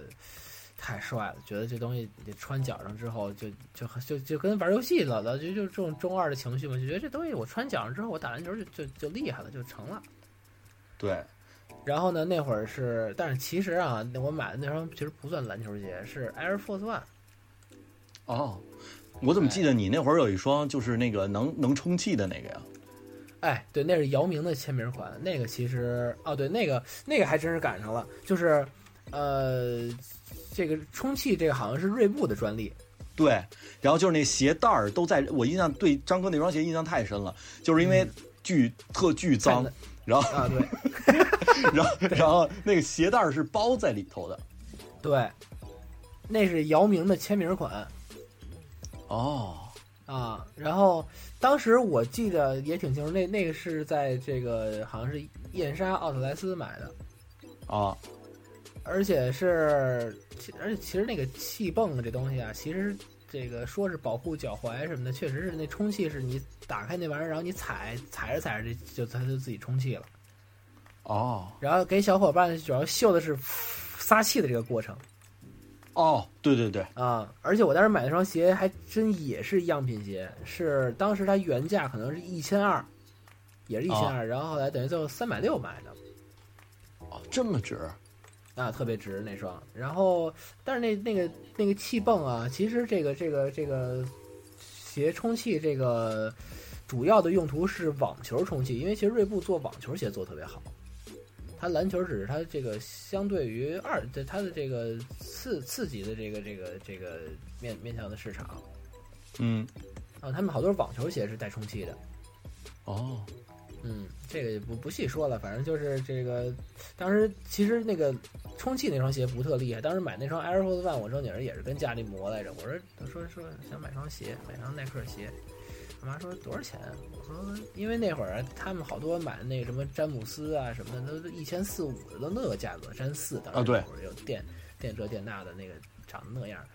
Speaker 6: 太帅了，觉得这东西你穿脚上之后就就就就跟玩游戏老老就就这种中二的情绪嘛，就觉得这东西我穿脚上之后，我打篮球就就就厉害了，就成了。
Speaker 4: 嗯对，
Speaker 6: 然后呢，那会儿是，但是其实啊，那我买的那双其实不算篮球鞋，是 Air Force One。嗯
Speaker 4: 哦，我怎么记得你那会儿有一双就是那个能能充气的那个呀？
Speaker 6: 哎，对，那是姚明的签名款，那个其实哦，对，那个那个还真是赶上了，就是，呃，这个充气这个好像是锐步的专利，
Speaker 4: 对，然后就是那鞋带儿都在我印象对张哥那双鞋印象太深了，就是因为巨、特巨脏
Speaker 6: 看着，
Speaker 4: 然 后
Speaker 6: 啊，对
Speaker 4: 然后然后那个鞋带儿是包在里头的。
Speaker 6: 对，那是姚明的签名款
Speaker 4: 哦，
Speaker 6: 啊。然后当时我记得也挺清楚，那那个是在这个好像是燕莎奥特莱斯买的，
Speaker 4: 啊，
Speaker 6: 而且是，其而且其实那个气泵这东西啊，其实这个说是保护脚踝什么的，确实是那充气是你打开那玩意儿，然后你踩踩着踩着就它就自己充气了。
Speaker 4: 哦，
Speaker 6: 然后给小伙伴主要秀的是撒气的这个过程
Speaker 4: 哦，对对对，
Speaker 6: 啊！而且我当时买那双鞋还真也是样品鞋，是当时它原价可能是一千二，也是一千二，然后后来等于最后三百六买的。
Speaker 4: 哦，这么值
Speaker 6: 啊，特别值那双。然后，但是那那个那个气泵啊，其实这个这个这个鞋充气这个主要的用途是网球充气，因为其实锐步做网球鞋做得特别好，它篮球只是它这个相对于二对它的这个次次级的这个这个这个面面向的市场
Speaker 4: 嗯，
Speaker 6: 啊，他们好多网球鞋是带充气的。
Speaker 4: 哦，
Speaker 6: 嗯，这个也不不细说了，反正就是这个，当时其实那个充气那双鞋不特厉害，当时买那双 Air Force One，我正经人也是跟家里磨来着，我说他说说想买双鞋，买双耐克鞋，我妈说多少钱啊、我说因为那会儿啊他们好多买的那个什么詹姆斯啊什么的，都一千四五的都那个价格，詹四当时
Speaker 4: 啊对
Speaker 6: 那会儿有电电这电那的那个长得那样儿。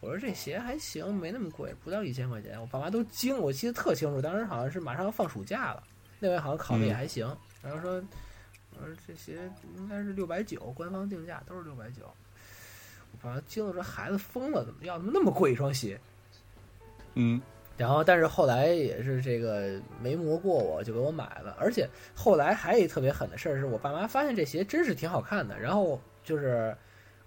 Speaker 6: 我说这鞋还行，没那么贵，不到一千块钱。我爸妈都惊了，我记得特清楚，当时好像是马上要放暑假了，那回好像考的也还行，然后说，我说这鞋应该是六百九，官方定价都是六百九。我好像惊了，这孩子疯了，怎么要那么贵一双鞋？
Speaker 4: 嗯，
Speaker 6: 然后，但是后来也是这个没磨过我，就给我买了。而且后来还有一特别狠的事儿，是我爸妈发现这鞋真是挺好看的。然后就是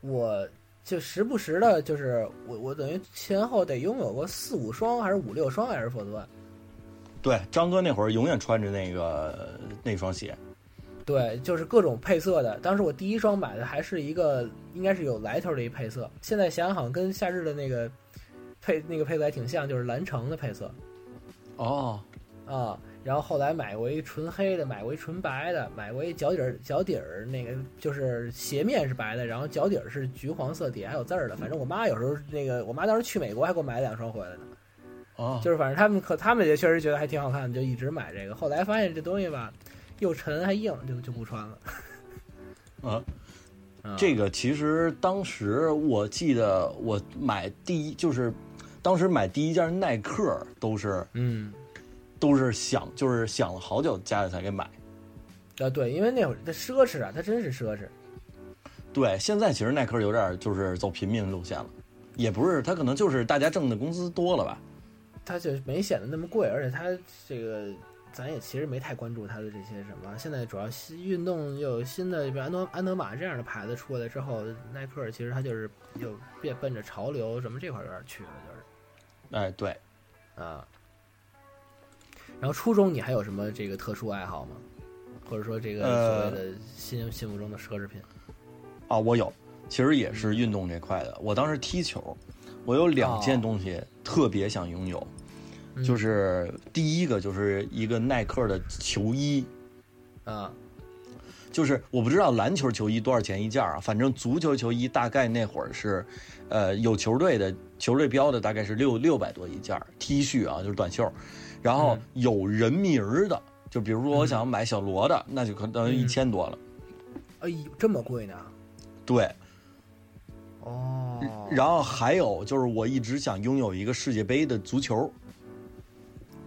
Speaker 6: 我就时不时的，就是我我等于前后得拥有过四五双还是五六双 Air Force One。
Speaker 4: 对，张哥那会儿永远穿着那个那双鞋，
Speaker 6: 对，就是各种配色的。当时我第一双买的还是一个应该是有来头的一配色，现在想想好像跟夏日的那个配那个配色还挺像，就是蓝橙的配色。
Speaker 4: 哦，
Speaker 6: 啊、然后后来买过一纯黑的，买过一纯白的，买过一脚底儿脚底儿那个就是鞋面是白的，然后脚底儿是橘黄色，底下还有字儿的。反正我妈有时候那个，我妈当时去美国还给我买两双回来呢。
Speaker 4: 哦，
Speaker 6: 就是反正他们可他们也确实觉得还挺好看的，就一直买这个。后来发现这东西吧，又沉还硬，就就不穿了。
Speaker 4: 啊，
Speaker 6: 啊
Speaker 4: 这个其实当时我记得我买第一就是，当时买第一件耐克都是
Speaker 6: 嗯。
Speaker 4: 都是想就是想了好久家里才给买。
Speaker 6: 啊，对，因为那会儿它奢侈啊，它真是奢侈。
Speaker 4: 对，现在其实耐克有点就是走平民路线了，也不是，他可能就是大家挣的工资多了吧。
Speaker 6: 它就没显得那么贵，而且它这个咱也其实没太关注它的这些什么。现在主要新运动又有新的，比如安德安德玛这样的牌子出来之后，耐克其实它就是又变奔着潮流什么这块儿有点去了，就是
Speaker 4: 哎，对，
Speaker 6: 啊。然后初中你还有什么这个特殊爱好吗？或者说这个所谓
Speaker 4: 呃
Speaker 6: 的心心目中的奢侈品？
Speaker 4: 啊，我有，其实也是运动这块的。我当时踢球，我有两件
Speaker 6: 哦
Speaker 4: 东西特别想拥有，
Speaker 6: 嗯
Speaker 4: 就是第一个就是一个耐克的球衣，
Speaker 6: 啊，
Speaker 4: 就是我不知道篮球球衣多少钱一件儿啊，反正足球球衣大概那会儿是，呃，有球队的球队标的大概是六六百多一件儿 T 恤啊，就是短袖儿，然
Speaker 6: 嗯
Speaker 4: 后有人名儿的，就比如说我想买小罗的，那就可能
Speaker 6: 嗯
Speaker 4: 一千多了，
Speaker 6: 哎呦，这么贵呢？
Speaker 4: 对。
Speaker 6: 哦，
Speaker 4: 然后还有就是我一直想拥有一个世界杯的足球，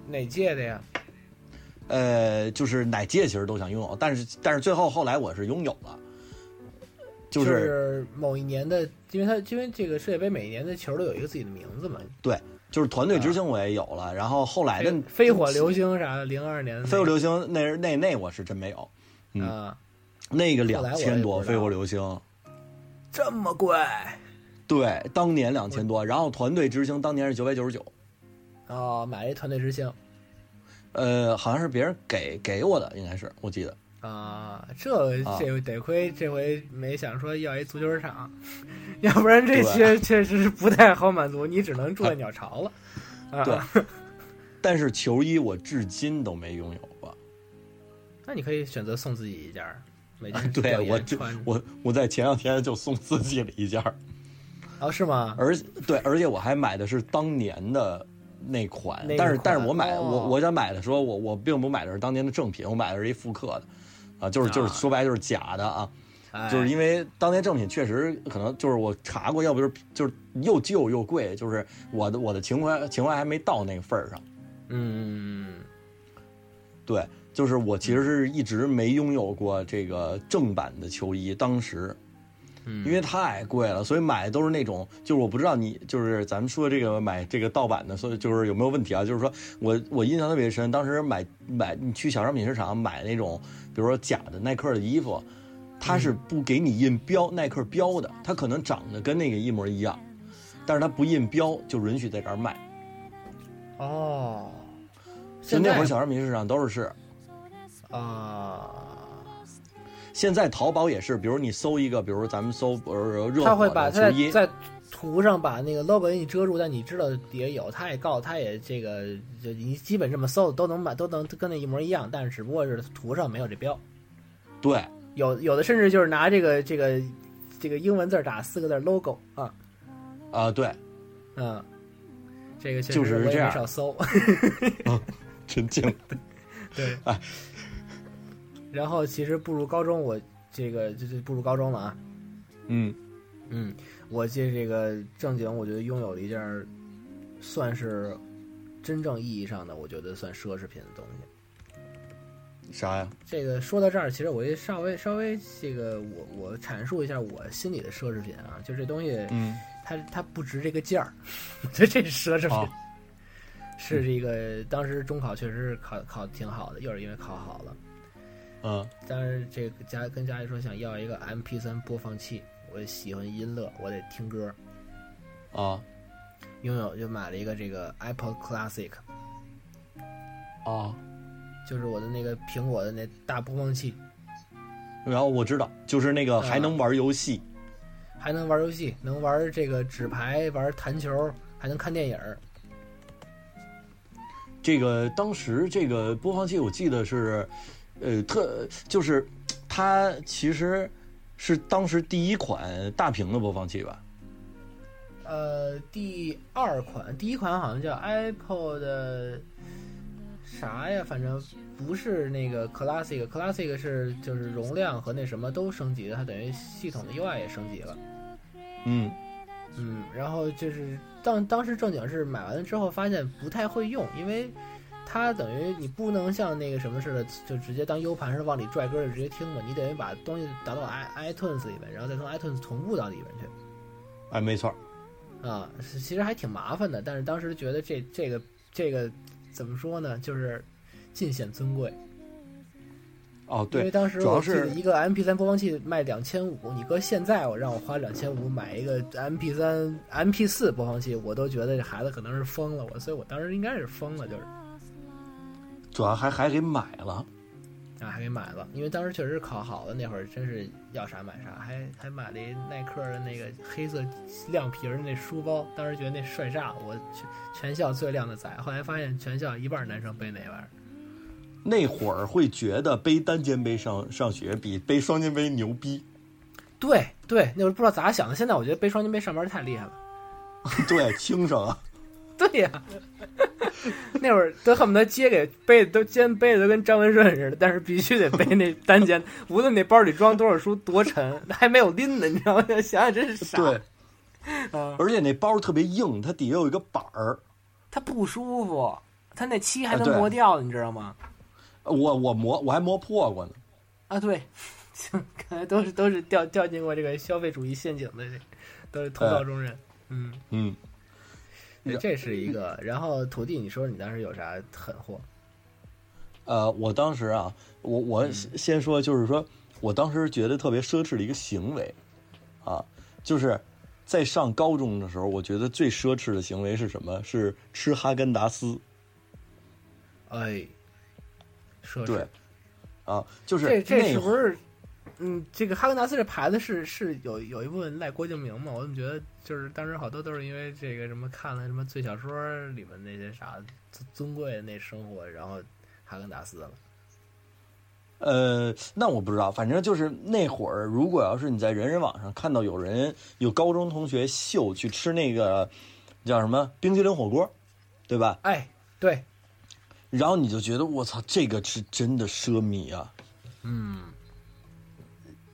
Speaker 6: 哪届的呀？
Speaker 4: 呃，就是哪届其实都想拥有，但是但是最后后来我是拥有了，就、
Speaker 6: 就是某一年的，因为它因为这个世界杯每一年的球都有一个自己的名字嘛，
Speaker 4: 对，就是团队之星我也有了，然后后来的
Speaker 6: 啊飞飞火流星啥的，零二年的那个
Speaker 4: 飞火流星那那那我是真没有，星
Speaker 6: 啊，
Speaker 4: 那个两
Speaker 6: 后来我也
Speaker 4: 千多
Speaker 6: 不知道
Speaker 4: 飞火流星，
Speaker 6: 这么贵
Speaker 4: 对，当年两千多，然后团队之星当年是九百九十九，
Speaker 6: 哦，买了一团队之星
Speaker 4: 呃，好像是别人给给我的，应该是我记得，
Speaker 6: 啊，这
Speaker 4: 啊
Speaker 6: 这得亏这回没想说要一足球场， 要不然这些确实是不太好满足，你只能住在鸟巢了。啊，
Speaker 4: 对但是球衣我至今都没拥有过，
Speaker 6: 那你可以选择送自己一件儿，每天
Speaker 4: 啊对
Speaker 6: 表演
Speaker 4: 我这
Speaker 6: 穿着
Speaker 4: 我我在前两天就送自己了一件儿，
Speaker 6: 哦是吗？
Speaker 4: 而对，而且我还买的是当年的那款，
Speaker 6: 那个
Speaker 4: 但是
Speaker 6: 款
Speaker 4: 但是我买、
Speaker 6: 哦
Speaker 4: 我我想买的时候，我我并不买的是当年的正品，我买的是一复刻的，啊，就是就是
Speaker 6: 啊
Speaker 4: 说白了就是假的啊，
Speaker 6: 哎
Speaker 4: 就是因为当年正品确实可能就是我查过，要不就是就是又旧又贵，就是我的我的情怀情怀还没到那个份儿上，
Speaker 6: 嗯
Speaker 4: 对，就是我其实是一直没拥有过这个正版的球衣，当时。
Speaker 6: 嗯，
Speaker 4: 因为太贵了，所以买的都是那种，就是我不知道你，就是咱们说这个买这个盗版的，所以就是有没有问题啊？就是说我我印象特别深，当时买买你去小商品市场买那种，比如说假的耐克的衣服，它是
Speaker 6: 嗯
Speaker 4: 不给你印标耐克标的，它可能长得跟那个一模一样，但是它不印标，就允许在这儿卖。
Speaker 6: 哦，
Speaker 4: 就
Speaker 6: 现
Speaker 4: 那
Speaker 6: 在
Speaker 4: 会儿小商品市场都是是，
Speaker 6: 啊。
Speaker 4: 现在淘宝也是，比如你搜一个，比如咱们搜呃热
Speaker 6: 他
Speaker 4: 火
Speaker 6: 会把
Speaker 4: 的
Speaker 6: 他
Speaker 4: 球衣，
Speaker 6: 在在图上把那个 logo 给你遮住，但你知道底下有，他也告，他也这个，就你基本这么搜都能买，都能跟那一模一样，但是只不过是图上没有这标，
Speaker 4: 对。
Speaker 6: 有有的甚至就是拿这个这个这个英文字儿打四个字儿 logo 啊，
Speaker 4: 啊、对，
Speaker 6: 嗯，这个确
Speaker 4: 就
Speaker 6: 实
Speaker 4: 是
Speaker 6: 我也
Speaker 4: 这
Speaker 6: 没
Speaker 4: 样
Speaker 6: 少搜，
Speaker 4: 真敬。
Speaker 6: 对
Speaker 4: 哎，
Speaker 6: 然后其实步入高中，我这个就是步入高中了啊，
Speaker 4: 嗯，
Speaker 6: 嗯，我这这个正经，我觉得拥有了一件儿算是真正意义上的，我觉得算奢侈品的东西。
Speaker 4: 啥呀？
Speaker 6: 这个说到这儿，其实我也稍微稍微这个我我阐述一下我心里的奢侈品啊，就这东西，
Speaker 4: 嗯，
Speaker 6: 它它不值这个价儿，我觉得这是奢侈
Speaker 4: 好
Speaker 6: 品。是这个当时中考确实是考考得挺好的，又是因为考好了，
Speaker 4: 嗯
Speaker 6: 但是这个家跟家里说想要一个 MP 三播放器，我喜欢音乐，我得听歌，
Speaker 4: 啊
Speaker 6: 拥有就买了一个这个 iPod Classic，
Speaker 4: 啊，
Speaker 6: 就是我的那个苹果的那大播放器，
Speaker 4: 然后我知道，就是那
Speaker 6: 啊
Speaker 4: 个还能玩游戏，
Speaker 6: 还能玩游戏，能玩这个纸牌，玩弹球，还能看电影儿。
Speaker 4: 这个当时这个播放器，我记得是，呃，特就是它其实是当时第一款大屏的播放器吧？
Speaker 6: 呃，第二款，第一款好像叫 iPod 的啥呀？反正不是那个 Classic，Classic 是就是容量和那什么都升级了，它等于系统的 UI 也升级了。
Speaker 4: 嗯
Speaker 6: 嗯，然后就是当当时正经是买完了之后发现不太会用，因为它等于你不能像那个什么似的，就直接当 U 盘似的往里拽歌就直接听嘛，你等于把东西打到 i iTunes 里面，然后再从 iTunes 同步到里面去
Speaker 4: 哎，没错儿，
Speaker 6: 啊，是其实还挺麻烦的。但是当时觉得这这个这个怎么说呢，就是尽显尊贵，
Speaker 4: 哦
Speaker 6: 因为
Speaker 4: 对，
Speaker 6: 当时
Speaker 4: 主要
Speaker 6: 我记
Speaker 4: 是
Speaker 6: 得一个 MP 3播放器卖两千五，你搁现在我让我花两千五买一个 MP 3 MP 4播放器，我都觉得这孩子可能是疯了，我所以我当时应该是疯了，就是
Speaker 4: 主要还还给买了，
Speaker 6: 啊还给买了，因为当时确实是考好了，那会儿真是要啥买啥，还还买了一耐克的那个黑色亮皮儿的那书包，当时觉得那帅炸，我全全校最靓的仔，后来发现全校一半男生背那玩意儿。
Speaker 4: 那会儿会觉得背单肩背上上学比背双肩背牛逼，
Speaker 6: 对对，那会儿不知道咋想的，现在我觉得背双肩背上班太厉害了。
Speaker 4: 对，轻省 啊，
Speaker 6: 对呀、那会儿都恨不得接给背都肩背的都跟张文顺似的，但是必须得背那单肩，无论那包里装多少书多沉，还没有拎呢，你知道吗？想想真是傻。
Speaker 4: 对，
Speaker 6: 啊
Speaker 4: 而且那包特别硬，它底下有一个板儿。
Speaker 6: 它不舒服，它那漆还
Speaker 4: 啊
Speaker 6: 能
Speaker 4: 对
Speaker 6: 磨掉，你知道吗？
Speaker 4: 我我磨我还磨破过呢，
Speaker 6: 啊，对， 行，看来都是都是掉掉进过这个消费主义陷阱的，这都是同道中人。嗯，
Speaker 4: 嗯，
Speaker 6: 对这是一个。然后徒弟，你说你当时有啥狠货？
Speaker 4: 呃，我当时啊，我
Speaker 6: 嗯
Speaker 4: 我先说，就是说我当时觉得特别奢侈的一个行为，啊，就是在上高中的时候，我觉得最奢侈的行为是什么？是吃哈根达斯。
Speaker 6: 哎，奢侈。
Speaker 4: 对，啊，就是
Speaker 6: 这这
Speaker 4: 那
Speaker 6: 是
Speaker 4: 会
Speaker 6: 不
Speaker 4: 儿
Speaker 6: 是？嗯，这个哈根达斯这牌子是是有有一部分赖郭敬明嘛？我怎么觉得就是当时好多都是因为这个什么看了什么《最小说》里面那些啥尊尊贵的那生活，然后哈根达斯了。
Speaker 4: 呃，那我不知道，反正就是那会儿，如果要是你在人人网上看到有人有高中同学秀去吃那个叫什么冰淇淋火锅，对吧？
Speaker 6: 哎，对，
Speaker 4: 然后你就觉得我操，这个是真的奢靡啊。
Speaker 6: 嗯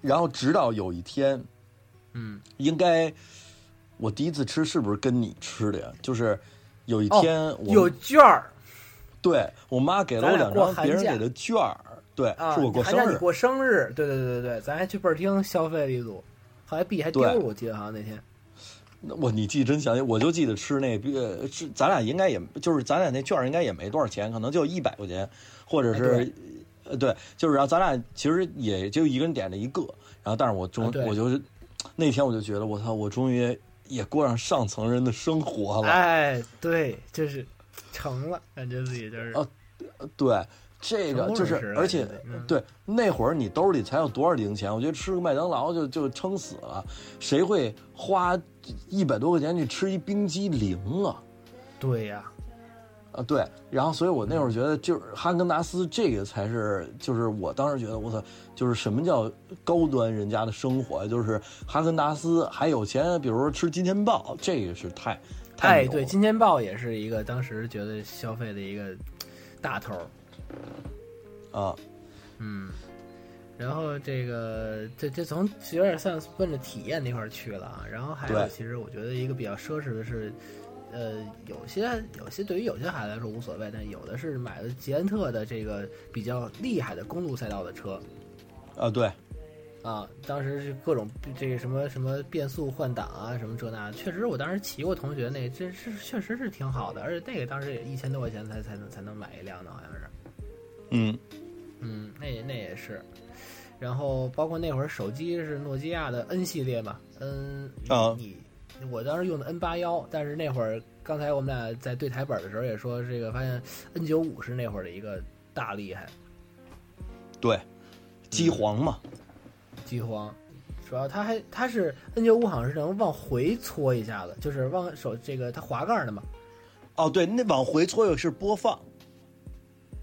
Speaker 4: 然后直到有一天，
Speaker 6: 嗯，
Speaker 4: 应该我第一次吃是不是跟你吃的呀？就是有一
Speaker 6: 哦
Speaker 4: 天我、
Speaker 6: 有券儿
Speaker 4: 对我妈给了我两
Speaker 6: 咱俩过
Speaker 4: 张
Speaker 6: 寒
Speaker 4: 别人
Speaker 6: 假
Speaker 4: 给的券儿，对，
Speaker 6: 啊，
Speaker 4: 是我过
Speaker 6: 还
Speaker 4: 生
Speaker 6: 让你
Speaker 4: 日，
Speaker 6: 过生日，对对对对对，咱还去倍儿厅消费了一组，后来币还丢了，
Speaker 4: 对
Speaker 6: 我记得好像那天。
Speaker 4: 那我你记得真详细，我就记得吃那呃，吃咱俩应该也就是咱俩那券儿应该也没多少钱，可能就一百块钱，或者
Speaker 6: 哎
Speaker 4: 是呃对，就是然后咱俩其实也就一个人点了一个，然后但是我终、
Speaker 6: 啊对
Speaker 4: 我就是那天我就觉得我操，我终于也过上上层人的生活了，
Speaker 6: 哎，对，就是成了，感觉自己就是
Speaker 4: 啊对。这个
Speaker 6: 成功人
Speaker 4: 就
Speaker 6: 士
Speaker 4: 是，
Speaker 6: 了
Speaker 4: 而且
Speaker 6: 对嗯
Speaker 4: 对那会儿你兜里才有多少零钱？我觉得吃个麦当劳就就撑死了，谁会花一百多块钱去吃一冰激凌啊？
Speaker 6: 对呀、
Speaker 4: 啊，对，然后所以我那会儿觉得，就是哈根达斯这个才是，就是我当时觉得，我操，就是什么叫高端人家的生活，就是哈根达斯还有钱，比如说吃金钱豹，这个是太太
Speaker 6: 哎，
Speaker 4: 牛
Speaker 6: 对，
Speaker 4: 了
Speaker 6: 金钱豹也是一个当时觉得消费的一个大头儿，
Speaker 4: 啊，
Speaker 6: 嗯。然后这个这这从有点像奔着体验那块儿去了啊。然后还有，
Speaker 4: 对
Speaker 6: 其实我觉得一个比较奢侈的是，呃，有些有些对于有些孩子来说无所谓，但有的是买的捷安特的这个比较厉害的公路赛道的车
Speaker 4: 啊，对，
Speaker 6: 啊，当时是各种这个什么什么变速换挡啊，什么这那，确实我当时骑过同学那，这是确实是挺好的，而且那个当时也一千多块钱才才能才能买一辆呢，好像是。
Speaker 4: 嗯，
Speaker 6: 嗯，那也那也是。然后包括那会儿手机是诺基亚的 N 系列嘛，N
Speaker 4: 啊
Speaker 6: 你我当时用的 N 八幺，但是那会儿刚才我们俩在对台本的时候也说，这个发现 N 九五是那会儿的一个大厉害
Speaker 4: 对，
Speaker 6: 嗯
Speaker 4: 机皇嘛，
Speaker 6: 饥荒。主要它还它是 N 九五好像是能往回搓一下子，就是往手这个它滑盖的嘛，
Speaker 4: 哦，对，那往回搓悠是播放，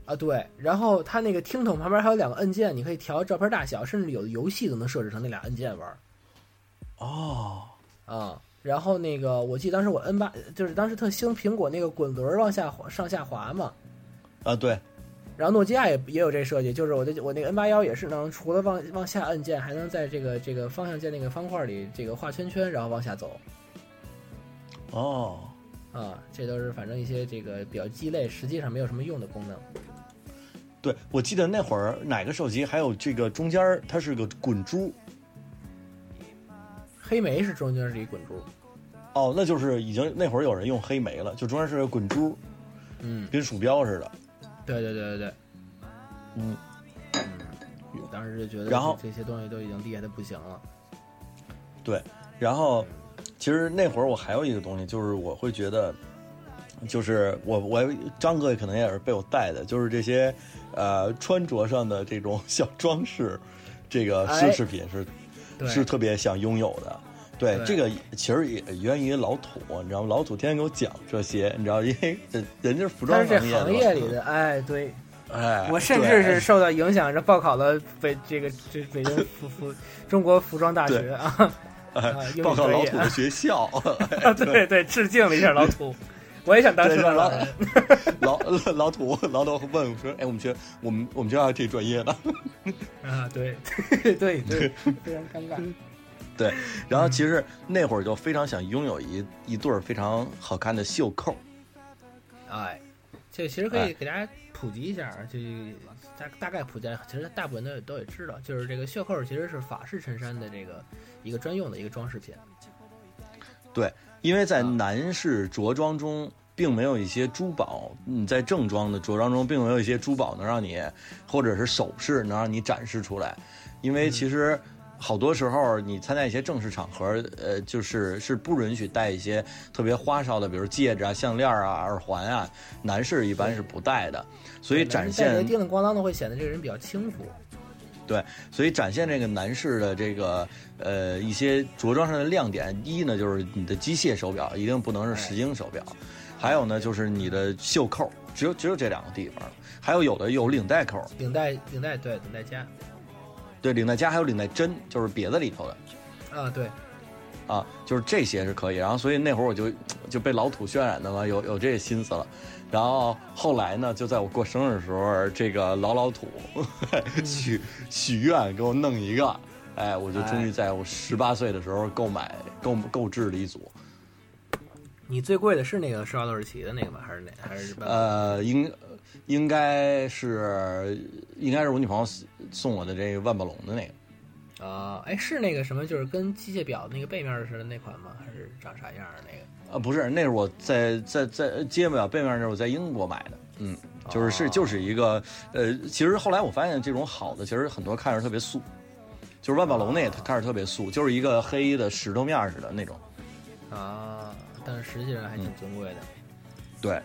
Speaker 6: 啊，对，然后它那个听筒旁边还有两个按键，你可以调照片大小，甚至有的游戏都能设置成那俩按键玩儿
Speaker 4: 哦，
Speaker 6: 啊。然后那个，我记得当时我 N 八，就是当时特兴苹果那个滚轮儿往下滑上下滑嘛。
Speaker 4: 啊，对，
Speaker 6: 然后诺基亚也也有这设计，就是我的我那个 N 八幺也是能除了往往下按键，还能在这个这个方向键那个方块里这个画圈圈，然后往下走
Speaker 4: 哦，
Speaker 6: 啊。这都是反正一些这个比较鸡肋，实际上没有什么用的功能。
Speaker 4: 对，我记得那会儿哪个手机还有这个中间儿它是个滚珠，
Speaker 6: 黑莓是中间是一滚珠，
Speaker 4: 哦，那就是已经那会儿有人用黑莓了，就中间是个滚珠，
Speaker 6: 嗯，
Speaker 4: 跟鼠标似的，
Speaker 6: 对对对对对。
Speaker 4: 嗯，
Speaker 6: 我当时就觉得，
Speaker 4: 然后
Speaker 6: 这些东西都已经厉害的不行了。
Speaker 4: 对，然后其实那会儿我还有一个东西，就是我会觉得，就是我我张哥可能也是被我带的，就是这些呃穿着上的这种 小装饰，这个
Speaker 6: 哎
Speaker 4: 奢侈品是、
Speaker 6: 对，
Speaker 4: 是特别想拥有的。对，
Speaker 6: 对
Speaker 4: 这个其实也源于老土，你知道吗？老土天天给我讲这些，你知道，因为人人家是服
Speaker 6: 但
Speaker 4: 装
Speaker 6: 是这
Speaker 4: 行业
Speaker 6: 行业里，的，哎，对
Speaker 4: 哎，
Speaker 6: 我甚至
Speaker 4: 对
Speaker 6: 是受到影响，这报考了北这个这北京服服中国服装大学
Speaker 4: 对
Speaker 6: 啊，
Speaker 4: 哎
Speaker 6: 啊英语
Speaker 4: 报考
Speaker 6: 专
Speaker 4: 老
Speaker 6: 业
Speaker 4: 土的学校，
Speaker 6: 啊，对对，致敬了一下老土，我也想 当
Speaker 4: 对，
Speaker 6: 时
Speaker 4: 让
Speaker 6: 装
Speaker 4: 老
Speaker 6: 老人。
Speaker 4: 老老土老土问我说：“哎，我们学我们我们学校这专业的。
Speaker 6: 啊， 对对对对，非常尴尬。”
Speaker 4: 对， 然后其实那会儿就非常想拥有一一对儿非常好看的袖扣。
Speaker 6: 哎，这其实可以
Speaker 4: 哎
Speaker 6: 给大家普及一下啊，这大大概普及一下，其实大部分都也都也知道，就是这个袖扣其实是法式衬衫的这个一个专用的一个装饰品。
Speaker 4: 对，因为在
Speaker 6: 啊
Speaker 4: 男士着装中，并没有一些珠宝，你在正装的着装中，并没有一些珠宝能让你，或者是首饰能让你展示出来，因为其实。
Speaker 6: 嗯
Speaker 4: 好多时候，你参加一些正式场合，呃，就是是不允许戴一些特别花哨的，比如戒指啊、项链啊、耳环啊，男士一般是不戴的。所以展
Speaker 6: 戴这
Speaker 4: 现
Speaker 6: 个叮叮咣当的会显得这个人比较轻浮。
Speaker 4: 对，所以展现这个男士的这个呃一些着装上的亮点，一呢就是你的机械手表一定不能是石英手表，还有呢就是你的袖扣，只有只有这两个地方，还有有的有领带扣，
Speaker 6: 领带领带对领带夹
Speaker 4: 对，领带夹还有领带针，就是别的里头的。
Speaker 6: 啊对
Speaker 4: 啊，就是这些是可以。然后所以那会儿我就就被老土渲染的嘛，有有这个心思了。然后后来呢，就在我过生日的时候，这个老老土 许许愿给我弄一个，哎，我就终于在我十八岁的时候购买购购置了一组，
Speaker 6: 你最贵的是那个施华洛世奇的那个吗？还是哪还是班
Speaker 4: 呃，应应该是应该是我女朋友送我的这个万宝龙的那个。
Speaker 6: 啊？哎，是那个什么，就是跟机械表那个背面似的那款吗？还是长啥样儿的那个？
Speaker 4: 啊，不是，那是我在在在街表背面那是我在英国买的，嗯，就是是就是一个呃，其实后来我发现这种好的其实很多看着特别素，就是万宝龙那也看着特别素，就是一个黑的石头面儿似的那种，
Speaker 6: 啊，但是实际上还
Speaker 4: 嗯
Speaker 6: 挺尊贵的。
Speaker 4: 对，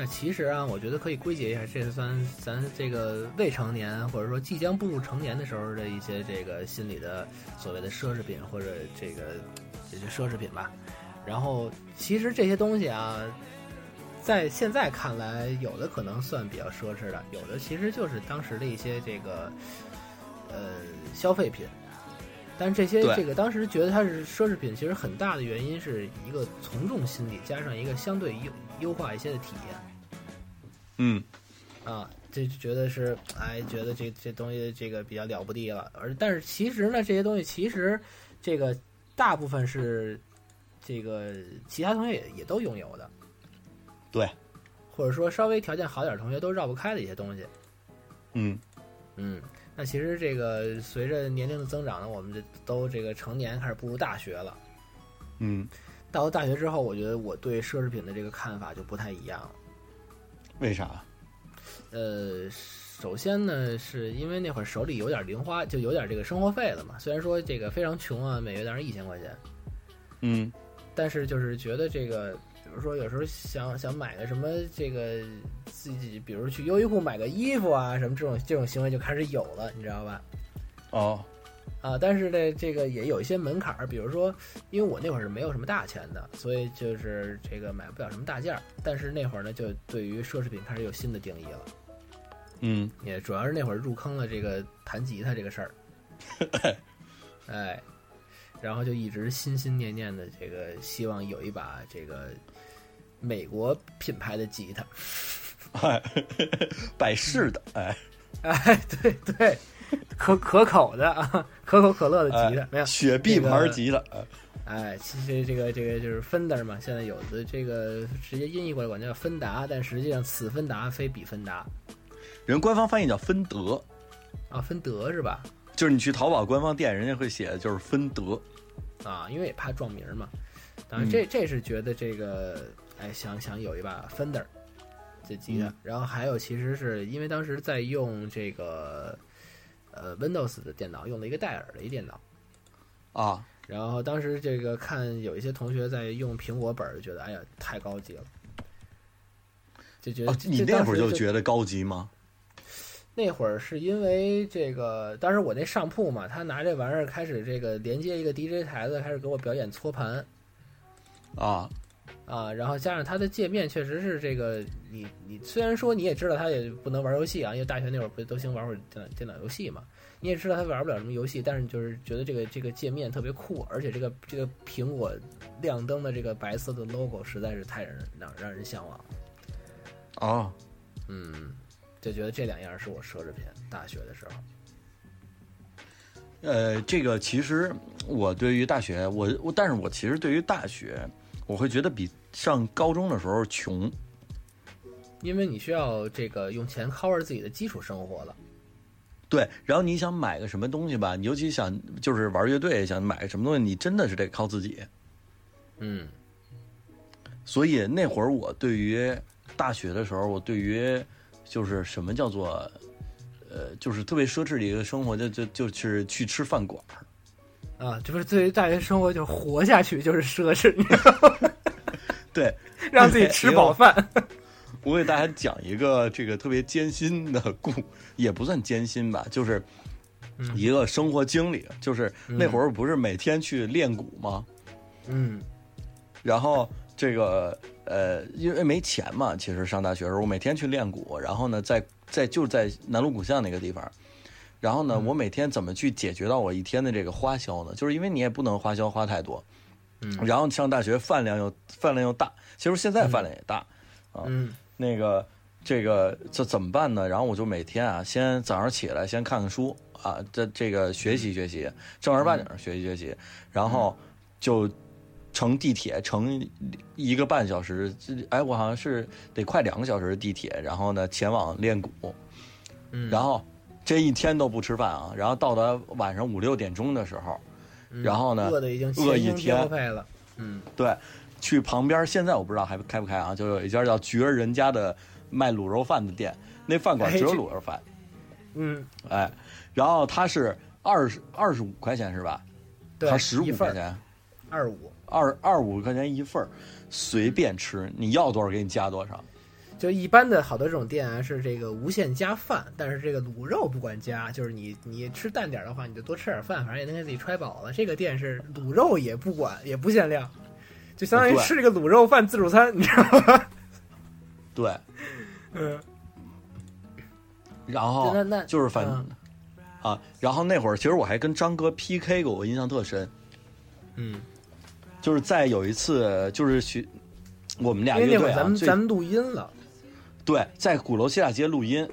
Speaker 6: 那其实啊，我觉得可以归结一下，这算咱这个未成年或者说即将步入成年的时候的一些这个心理的所谓的奢侈品或者这个这些奢侈品吧。然后其实这些东西啊，在现在看来，有的可能算比较奢侈的，有的其实就是当时的一些这个呃消费品。但是这些
Speaker 4: 对
Speaker 6: 这个当时觉得它是奢侈品，其实很大的原因是一个从众心理，加上一个相对优优化一些的体验
Speaker 4: 嗯，
Speaker 6: 啊，这就觉得是哎，觉得这这东西这个比较了不地了。而但是其实呢，这些东西其实这个大部分是这个其他同学也也都拥有的，
Speaker 4: 对，
Speaker 6: 或者说稍微条件好点儿同学都绕不开的一些东西。
Speaker 4: 嗯，
Speaker 6: 嗯，那其实这个随着年龄的增长呢，我们这都这个成年开始步入大学了。
Speaker 4: 嗯，
Speaker 6: 到了大学之后，我觉得我对奢侈品的这个看法就不太一样了。
Speaker 4: 为啥？啊
Speaker 6: 呃，首先呢，是因为那会儿手里有点零花，就有点这个生活费了嘛。虽然说这个非常穷啊，每月当时一千块钱，
Speaker 4: 嗯
Speaker 6: 但是就是觉得这个，比如说有时候想想买个什么这个自己，比如去优衣库买个衣服啊什么这种这种行为就开始有了，你知道吧？
Speaker 4: 哦，
Speaker 6: 啊，但是呢，这个也有一些门槛儿，比如说，因为我那会儿是没有什么大钱的，所以就是这个买不了什么大件儿。但是那会儿呢，就对于奢侈品开始有新的定义了，
Speaker 4: 嗯
Speaker 6: 也主要是那会儿入坑了这个弹吉他这个事 儿，哎，然后就一直心心念念的这个希望有一把这个美国品牌的吉他，
Speaker 4: 哎，百事的，哎，
Speaker 6: 哎，对对， 可可口的 啊，可口可乐的吉他、
Speaker 4: 哎
Speaker 6: 没有。
Speaker 4: 雪碧牌级的，哎
Speaker 6: 哎，其实这个这个就是芬达嘛，现在有的这个直接音译过来管叫芬达，但实际上此芬达非彼芬达
Speaker 4: 人官方翻译叫芬德，
Speaker 6: 啊，芬德是吧？
Speaker 4: 就是你去淘宝官方店，人家会写的就是芬德，
Speaker 6: 啊，因为也怕撞名儿嘛。当
Speaker 4: 嗯
Speaker 6: 然这，这是觉得这个，哎，想想有一把芬 e r 这吉他，
Speaker 4: 嗯
Speaker 6: 然后还有其实是因为当时在用这个呃 Windows 的电脑，用了一个戴尔的一电脑。
Speaker 4: 啊，
Speaker 6: 然后当时这个看有一些同学在用苹果本儿，觉得哎呀太高级了，就觉得、
Speaker 4: 哦，
Speaker 6: 这
Speaker 4: 你
Speaker 6: 这
Speaker 4: 那
Speaker 6: 当
Speaker 4: 会儿
Speaker 6: 时
Speaker 4: 就觉得高级吗？
Speaker 6: 那会儿是因为这个，当时我那上铺嘛，他拿这玩意儿开始这个连接一个 DJ 台子，开始给我表演搓盘
Speaker 4: 啊，
Speaker 6: 啊，然后加上它的界面确实是这个，你你虽然说你也知道它也不能玩游戏啊，因为大学那会儿不都兴玩会儿电脑电脑游戏嘛，你也知道它玩不了什么游戏，但是你就是觉得这个这个界面特别酷，而且这个这个苹果亮灯的这个白色的 logo 实在是太让人让让人向往，
Speaker 4: 哦，
Speaker 6: 嗯，就觉得这两样是我奢侈品，大学的时候。
Speaker 4: 呃，这个其实我对于大学，我我，但是我其实对于大学，我会觉得比上高中的时候穷，
Speaker 6: 因为你需要这个用钱 cover 自己的基础生活了。
Speaker 4: 对，然后你想买个什么东西吧，你尤其想就是玩乐队，想买个什么东西，你真的是得靠自己。
Speaker 6: 嗯
Speaker 4: 所以那会儿我对于大学的时候，我对于就是什么叫做，呃，就是特别奢侈的一个生活，就就就是去吃饭馆儿。
Speaker 6: 啊，这不是对于大学生活就活下去就是奢侈， 你知道吗
Speaker 4: 对，
Speaker 6: 让自己吃饱饭。
Speaker 4: 我给大家讲一个这个特别艰辛的故，也不算艰辛吧， 就是一个生活经历。就是那会儿不是每天去练鼓吗？
Speaker 6: 嗯
Speaker 4: 然后这个呃，因为没钱嘛，其实上大学的时候我每天去练鼓，然后呢，在在就在南锣鼓巷那个地方。然后呢，我每天怎么去解决到我一天的这个花销呢？就是因为你也不能花销花太多，
Speaker 6: 嗯
Speaker 4: 然后上大学饭量又饭量又大，其实现在饭量也大，
Speaker 6: 嗯
Speaker 4: 那个这个这怎么办呢？然后我就每天啊，先早上起来先看看书啊，这这个学习学习，正儿八经儿学习学习，然后就乘地铁乘一个半小时，这哎，我好像是得快两个小时的地铁，然后呢前往练鼓，
Speaker 6: 嗯，
Speaker 4: 然后这一天都不吃饭啊，然后到达晚上五六点钟的时候，然后呢
Speaker 6: 饿的已经
Speaker 4: 饿
Speaker 6: 前
Speaker 4: 一
Speaker 6: 胸
Speaker 4: 天
Speaker 6: 贴配了。嗯
Speaker 4: 对，去旁边现在我不知道还开不开啊，就有一家叫菊儿人家的卖卤肉饭的店，那饭馆只有
Speaker 6: 哎这
Speaker 4: 卤肉饭，
Speaker 6: 嗯，
Speaker 4: 哎，然后它是二十二十五块钱是吧？
Speaker 6: 对，
Speaker 4: 还十
Speaker 6: 一
Speaker 4: 五
Speaker 6: 份
Speaker 4: 块
Speaker 6: 儿
Speaker 4: 钱，
Speaker 6: 二五，
Speaker 4: 二二五块钱一份儿，随便吃，你要多少给你加多少。
Speaker 6: 就一般的好多这种店啊是这个无限加饭，但是这个卤肉不管加，就是你你吃淡点儿的话，你就多吃点儿饭，反正也能给自己揣饱了。这个店是卤肉也不管，也不限量，就相当于
Speaker 4: 对
Speaker 6: 吃这个卤肉饭自助餐，你知道吗？
Speaker 4: 对，
Speaker 6: 嗯，
Speaker 4: 然后
Speaker 6: 对那那
Speaker 4: 就是反、
Speaker 6: 嗯
Speaker 4: 啊，然后那会儿其实我还跟张哥 PK 过，我印象特深，
Speaker 6: 嗯，
Speaker 4: 就是在有一次就是去我们
Speaker 6: 因
Speaker 4: 俩
Speaker 6: 为
Speaker 4: 乐
Speaker 6: 那会
Speaker 4: 队
Speaker 6: 儿咱
Speaker 4: 啊，
Speaker 6: 们
Speaker 4: 最
Speaker 6: 咱们录音了，
Speaker 4: 对在鼓楼西大街录音，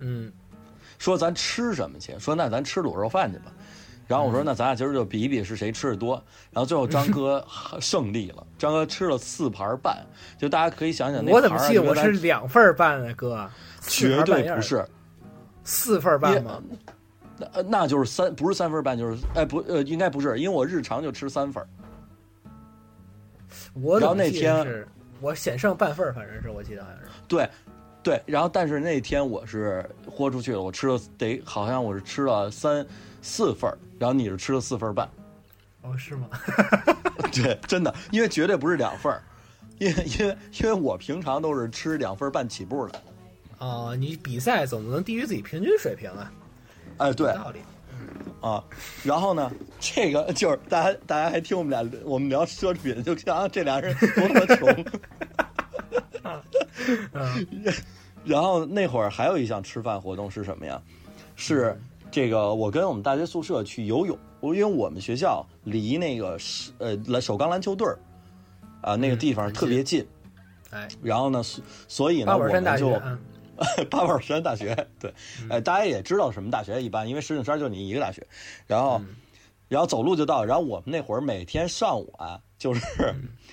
Speaker 6: 嗯
Speaker 4: 说咱吃什么去？说那咱吃卤肉饭去吧。然后我说
Speaker 6: 嗯
Speaker 4: 那咱俩今儿就比一比是谁吃的多。然后最后张哥 胜利了，张哥吃了四盘半，就大家可以想想那
Speaker 6: 我怎么
Speaker 4: 盘儿啊
Speaker 6: 记得
Speaker 4: 你
Speaker 6: 我
Speaker 4: 说咱
Speaker 6: 是两份儿半啊，哥？四
Speaker 4: 绝
Speaker 6: 份儿半
Speaker 4: 对
Speaker 6: 燕儿
Speaker 4: 不是，
Speaker 6: 四份儿半吗？
Speaker 4: 那呃那就是三不是三分半就是哎不呃应该不是，因为我日常就吃三份儿。
Speaker 6: 我怎么
Speaker 4: 然后那
Speaker 6: 记
Speaker 4: 天
Speaker 6: 得是我险胜半份儿，反正是我记得好像是。
Speaker 4: 对，对，然后但是那天我是豁出去了，我吃了得好像我是吃了三四份儿，然后你是吃了四份儿半，
Speaker 6: 哦，是吗？
Speaker 4: 对，真的，因为绝对不是两份儿，因为因为因为我平常都是吃两份儿半起步的，
Speaker 6: 哦，你比赛总不能低于自己平均水平啊，
Speaker 4: 哎，对
Speaker 6: 有道理。
Speaker 4: 啊，然后呢，这个就是大家大家还听我们俩我们聊奢侈品，就想想这俩人多么穷。
Speaker 6: 嗯，
Speaker 4: 然后那会儿还有一项吃饭活动是什么呀？是这个我跟我们大学宿舍去游泳，我因为我们学校离那个是呃篮首钢篮球队儿啊、那个地方
Speaker 6: 嗯很
Speaker 4: 特别近，
Speaker 6: 哎，
Speaker 4: 然后呢，所所以呢
Speaker 6: 八
Speaker 4: 我
Speaker 6: 宝山大
Speaker 4: 们
Speaker 6: 学
Speaker 4: 就
Speaker 6: 啊，
Speaker 4: 八宝山大学对，呃大家也知道什么大学一般，因为石景山就你一个大学，然后、然后走路就到，然后我们那会儿每天上午啊，就是、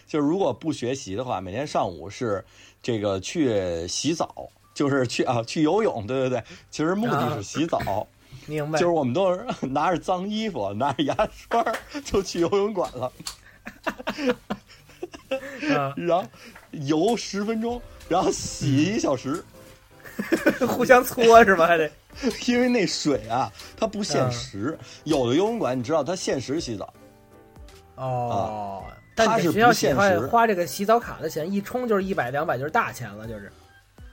Speaker 4: 就是如果不学习的话，每天上午是这个去洗澡，就是去啊去游泳，对对对，其实目的
Speaker 6: 啊
Speaker 4: 是洗澡，
Speaker 6: 明白。
Speaker 4: 就是我们都是拿着脏衣服，拿着牙刷儿就去游泳馆了，
Speaker 6: 啊，
Speaker 4: 然后游十分钟，然后洗一小时。
Speaker 6: 互相搓是吧？还得
Speaker 4: 因为那水啊，它不
Speaker 6: 嗯
Speaker 4: 限时。有的游泳馆你知道，它限时洗澡，
Speaker 6: 哦。
Speaker 4: 它
Speaker 6: 但
Speaker 4: 啊是
Speaker 6: 你
Speaker 4: 不
Speaker 6: 学校洗
Speaker 4: 限
Speaker 6: 花
Speaker 4: 时
Speaker 6: 花这个洗澡卡的钱，一充就是一百两百，就是大钱了，就是。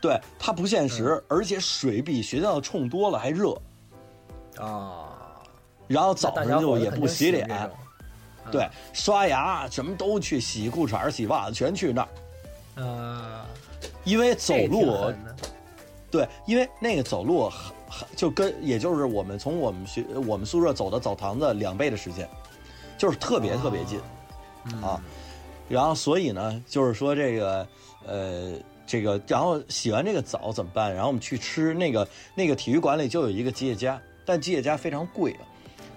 Speaker 4: 对，它不限
Speaker 6: 嗯
Speaker 4: 时，而且水比学校冲多了还热。
Speaker 6: 哦，
Speaker 4: 然后
Speaker 6: 那
Speaker 4: 早
Speaker 6: 大
Speaker 4: 上
Speaker 6: 小
Speaker 4: 就
Speaker 6: 伙子
Speaker 4: 也
Speaker 6: 肯
Speaker 4: 不
Speaker 6: 定
Speaker 4: 洗
Speaker 6: 喜
Speaker 4: 脸
Speaker 6: 这，种。啊
Speaker 4: 对，刷牙什么都去，洗裤衩儿、洗袜子全去那儿，
Speaker 6: 呃，
Speaker 4: 因为走
Speaker 6: 这挺
Speaker 4: 路
Speaker 6: 狠的
Speaker 4: 对，因为那个走路很很就跟也就是我们从我们学我们宿舍走到澡堂子两倍的时间，就是特别特别近、啊。然后所以呢，就是说这个呃这个，然后洗完这个澡怎么办？然后我们去吃那个那个体育馆里就有一个吉野家，但吉野家非常贵啊。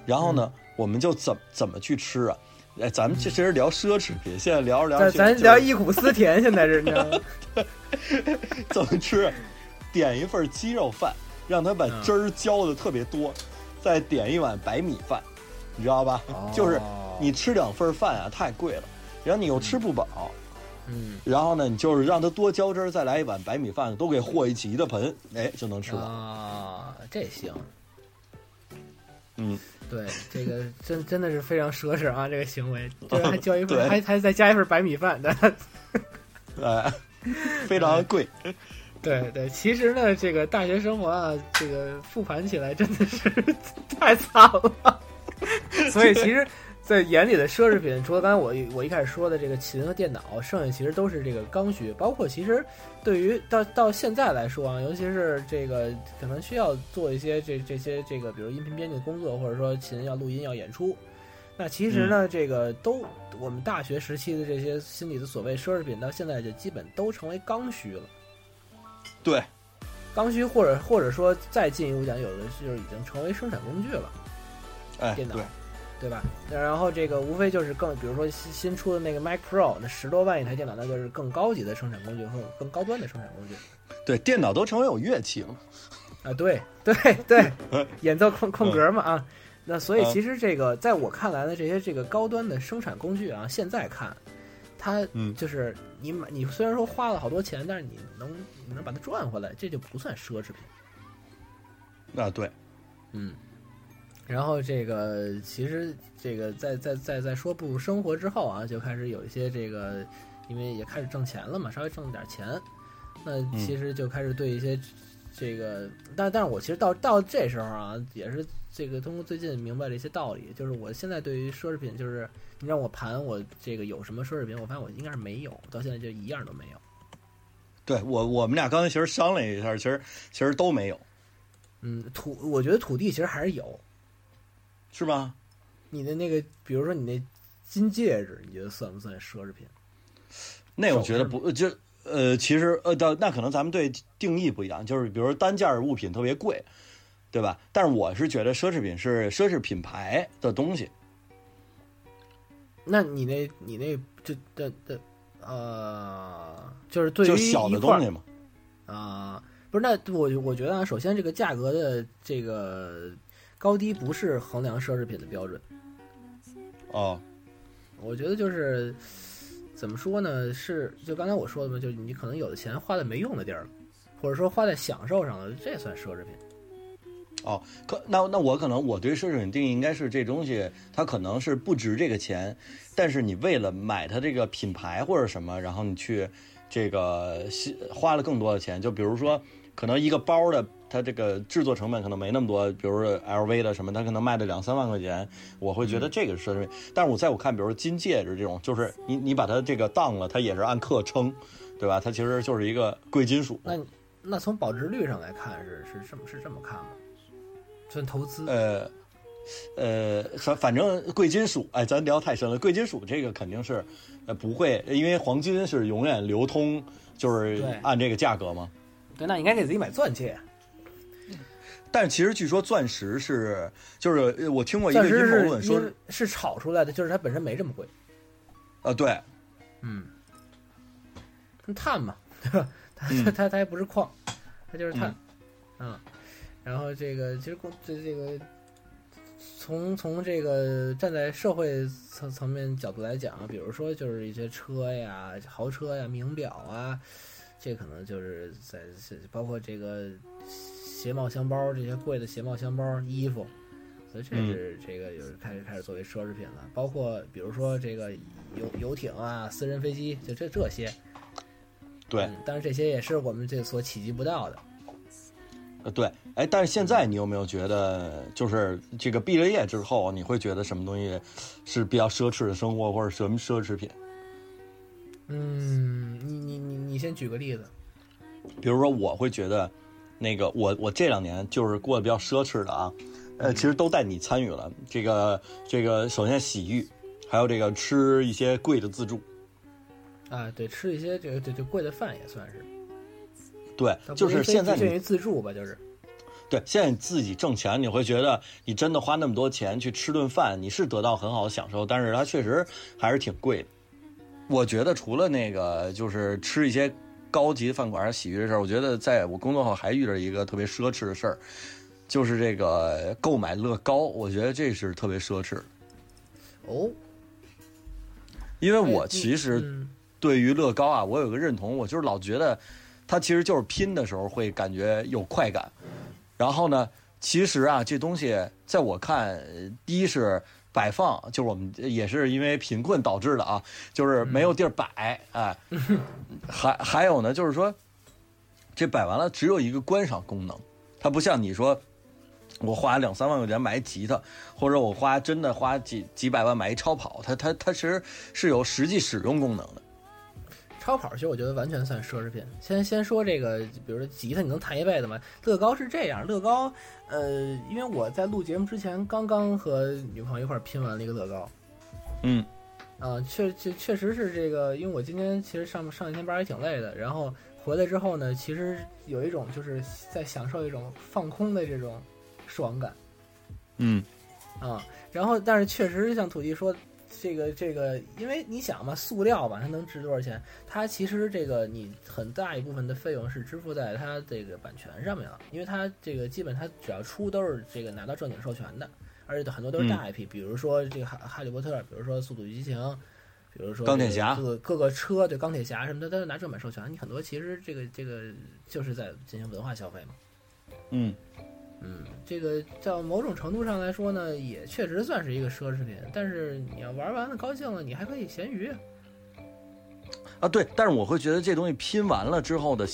Speaker 4: 然后
Speaker 6: 嗯
Speaker 4: 呢，我们就怎怎么去吃啊？哎，咱们这其实聊奢侈品，现在聊着聊着
Speaker 6: 咱
Speaker 4: 去
Speaker 6: 咱
Speaker 4: 就是
Speaker 6: 聊忆苦思甜，现在是这样。
Speaker 4: 怎么吃？点一份鸡肉饭，让他把
Speaker 6: 嗯
Speaker 4: 汁儿浇的特别多，再点一碗白米饭，你知道吧？
Speaker 6: 哦
Speaker 4: 就是你吃两份饭啊，太贵了，然后你又吃不饱，
Speaker 6: 嗯，
Speaker 4: 然后呢，你就是让他多浇汁儿，再来一碗白米饭，都给和一起一大盆，哎，就能吃饱。
Speaker 6: 啊，这行。
Speaker 4: 嗯，
Speaker 6: 对，这个真真的是非常奢侈啊！这个行为，居然还交一
Speaker 4: 嗯对
Speaker 6: 份，还还再加一份白米饭的。
Speaker 4: 哎，非
Speaker 6: 哎
Speaker 4: 常贵。
Speaker 6: 对对，其实呢，这个大学生活啊，这个复盘起来真的是 太惨了。所以其实，在眼里的奢侈品，除了刚才我我一开始说的这个琴和电脑，剩下其实都是这个刚需，包括其实对于到到现在来说啊，尤其是这个可能需要做一些这这些这个，比如音频编辑的工作，或者说琴要录音要演出。那其实呢，这个都我们大学时期的这些心理的所谓奢侈品，到现在就基本都成为刚需了。
Speaker 4: 对，
Speaker 6: 刚需或者或者说再进一步讲，有的就是已经成为生产工具了，
Speaker 4: 哎，
Speaker 6: 电脑
Speaker 4: 对，
Speaker 6: 对吧？那然后这个无非就是更，比如说新新出的那个 Mac Pro，那十多万一台电脑，那就是更高级的生产工具或者更高端的生产工具
Speaker 4: 对，电脑都成为我乐器了。
Speaker 6: 啊！对对对，演奏空空格嘛啊！那所以其实这个在我看来呢，这些这个高端的生产工具啊，现在看它
Speaker 4: 嗯
Speaker 6: 就是你买你虽然说花了好多钱，但是你能你能把它赚回来，这就不算奢侈品。
Speaker 4: 啊，对，
Speaker 6: 嗯，然后这个其实这个在在在在说步入生活之后啊，就开始有一些这个，因为也开始挣钱了嘛，稍微挣点钱，那
Speaker 4: 嗯
Speaker 6: 其实就开始对一些这个，但但是我其实到到这时候啊，也是这个通过最近明白了一些道理，就是我现在对于奢侈品，就是你让我盘我这个有什么奢侈品，我发现我应该是没有，到现在就一样都没有。
Speaker 4: 对我我们俩刚才其实商量一下，其实其实都没有，
Speaker 6: 嗯，土我觉得土地其实还是有，
Speaker 4: 是吧？
Speaker 6: 你的那个，比如说你那金戒指，你觉得算不算奢侈品？
Speaker 4: 那我
Speaker 6: 首
Speaker 4: 觉得
Speaker 6: 饰
Speaker 4: 不，就呃呃，其实呃，到那可能咱们对定义不一样，就是比如说单件儿物品特别贵，对吧？但是我是觉得奢侈品是奢侈品牌的东西，
Speaker 6: 那你那你那这这这呃，就是对于
Speaker 4: 就小的
Speaker 6: 一块
Speaker 4: 东西嘛。
Speaker 6: 啊、不是，那我我觉得啊，首先这个价格的这个高低不是衡量奢侈品的标准，
Speaker 4: 哦，
Speaker 6: 我觉得就是怎么说呢，是就刚才我说的嘛，就是你可能有的钱花在没用的地儿了，或者说花在享受上了，这算奢侈品。
Speaker 4: 哦，可那那我可能我对奢侈品定义应该是这东西它可能是不值这个钱，但是你为了买它这个品牌或者什么，然后你去这个西花了更多的钱，就比如说可能一个包的它这个制作成本可能没那么多，比如说 LV 的什么，它可能卖的两三万块钱，我会觉得这个是奢侈品。但是我在我看，比如说金戒指这种，就是你你把它这个当了，它也是按克称，对吧？它其实就是一个贵金属。
Speaker 6: 那那从保值率上来看是，是这么是这么看吗？算投资？
Speaker 4: 呃，呃，反反正贵金属，哎，咱聊太深了。贵金属这个肯定是，呃，不会，因为黄金是永远流通，就是
Speaker 6: 对
Speaker 4: 按这个价格嘛。
Speaker 6: 对，那应该给自己买钻戒。啊
Speaker 4: 但其实据说钻石是，就是呃我听过一
Speaker 6: 钻
Speaker 4: 个
Speaker 6: 石
Speaker 4: 阴谋
Speaker 6: 是
Speaker 4: 论说
Speaker 6: 因，是炒出来的，就是它本身没这么贵。
Speaker 4: 啊，对，
Speaker 6: 嗯，那碳嘛， 对吧？它它它它还不是矿，它就是碳，嗯。然后这个其实公这这个从从这个站在社会层层面角度来讲啊，比如说就是一些车呀、豪车呀、名表啊，这可能就是在是包括这个鞋帽箱包这些贵的鞋帽箱包、衣服，所以这是这个就是开始开始作为奢侈品了。包括比如说这个游游艇啊、私人飞机，就这这些，
Speaker 4: 对
Speaker 6: 嗯，但是这些也是我们这所企及不到的。
Speaker 4: 呃对，哎，但是现在你有没有觉得，就是这个毕了业之后，你会觉得什么东西是比较奢侈的生活，或者什么奢侈品？
Speaker 6: 嗯，你你你你先举个例子，
Speaker 4: 比如说，我会觉得，那个我我这两年就是过得比较奢侈的啊，呃，其实都带你参与了。这个这个，首先洗浴，还有这个吃一些贵的自助，
Speaker 6: 啊，对，吃一些这个这这贵的饭也算是，
Speaker 4: 对
Speaker 6: 它，不
Speaker 4: 就是
Speaker 6: 非
Speaker 4: 现在
Speaker 6: 局限
Speaker 4: 你
Speaker 6: 于自助吧，就是
Speaker 4: 对现在你自己挣钱，你会觉得你真的花那么多钱去吃顿饭，你是得到很好的享受，但是它确实还是挺贵的。我觉得除了那个就是吃一些高级饭馆儿洗浴的事儿，我觉得在我工作后还遇着一个特别奢侈的事儿，就是这个购买乐高，我觉得这是特别奢侈，
Speaker 6: 哦，
Speaker 4: 因为
Speaker 6: 哎
Speaker 4: 我
Speaker 6: 嗯
Speaker 4: 其实
Speaker 6: 嗯
Speaker 4: 对于乐高啊，我有个认同，我就是老觉得它其实就是拼的时候会感觉有快感，然后呢，其实啊这东西在我看，呃第一是。摆放就是我们也是因为贫困导致的啊，就是没有地儿摆，哎，还还有呢，就是说，这摆完了只有一个观赏功能，它不像你说，我花两三万块钱买吉他，或者我花真的花几几百万买一超跑，它它它其实是有实际使用功能的。
Speaker 6: 超跑其实我觉得完全算奢侈品。先先说这个，比如说吉他，你能弹一辈子吗？乐高是这样，乐高，呃，因为我在录节目之前刚刚和女朋友一块儿拼完了一个乐高，
Speaker 4: 嗯，
Speaker 6: 啊，确确确实是这个，因为我今天其实上上一天班也挺累的，然后回来之后呢，其实有一种就是在享受一种放空的这种爽感
Speaker 4: 嗯，
Speaker 6: 啊。然后，但是确实像土地说，这个这个，因为你想嘛，塑料吧，它能值多少钱？它其实这个你很大一部分的费用是支付在它这个版权上面了，因为它这个基本它只要出都是这个拿到正经授权的，而且很多都是
Speaker 4: 嗯
Speaker 6: 大 IP，、比如说这个哈哈利波特，比如说速度与激情。比如说
Speaker 4: 钢铁
Speaker 6: 这个
Speaker 4: 侠
Speaker 6: 各各个车对钢铁侠什么的，都是拿正版授权。你很多其实这个这个就是在进行文化消费嘛。
Speaker 4: 嗯，
Speaker 6: 嗯，这个在某种程度上来说呢，也确实算是一个奢侈品。但是你要玩完了高兴了，你还可以闲鱼。
Speaker 4: 啊对，但是我会觉得这东西拼完了之后的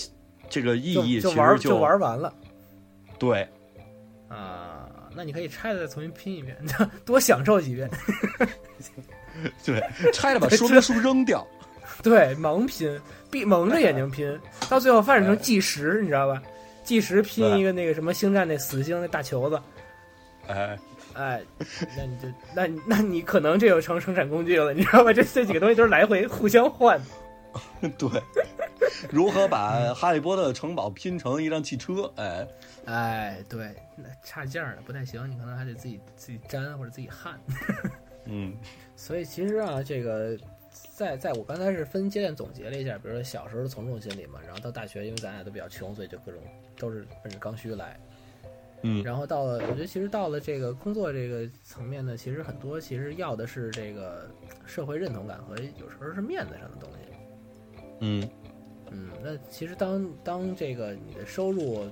Speaker 4: 这个意
Speaker 6: 就
Speaker 4: 义其
Speaker 6: 就
Speaker 4: 实
Speaker 6: 玩就玩完了
Speaker 4: 对，
Speaker 6: 啊。那你可以拆了再重新拼一遍， 多享受几遍。
Speaker 4: 对，拆了把说明书扔掉。
Speaker 6: 对，盲拼，闭蒙着眼睛拼，到最后发展成计时，你知道吧？计时拼一个那个什么星战那死星那大球子，
Speaker 4: 哎，
Speaker 6: 哎，那你就那你那你可能这就成生产工具了，你知道吧？这这几个东西都是来回互相换的。
Speaker 4: 对， 如何把《哈利波特》城堡拼成一辆汽车？哎，
Speaker 6: 哎，对，那差劲儿了不太行，你可能还得自己自己粘或者自己焊。
Speaker 4: 嗯
Speaker 6: 所以其实啊，这个在在我刚才是分阶段总结了一下，比如说小时候从众心理嘛，然后到大学，因为咱俩都比较穷，所以就各种都是奔着刚需来。
Speaker 4: 嗯
Speaker 6: 然后到了，我觉得其实到了这个工作这个层面呢，其实很多其实要的是这个社会认同感和有时候是面子上的东西。
Speaker 4: 嗯
Speaker 6: 嗯，那其实当当这个你的收入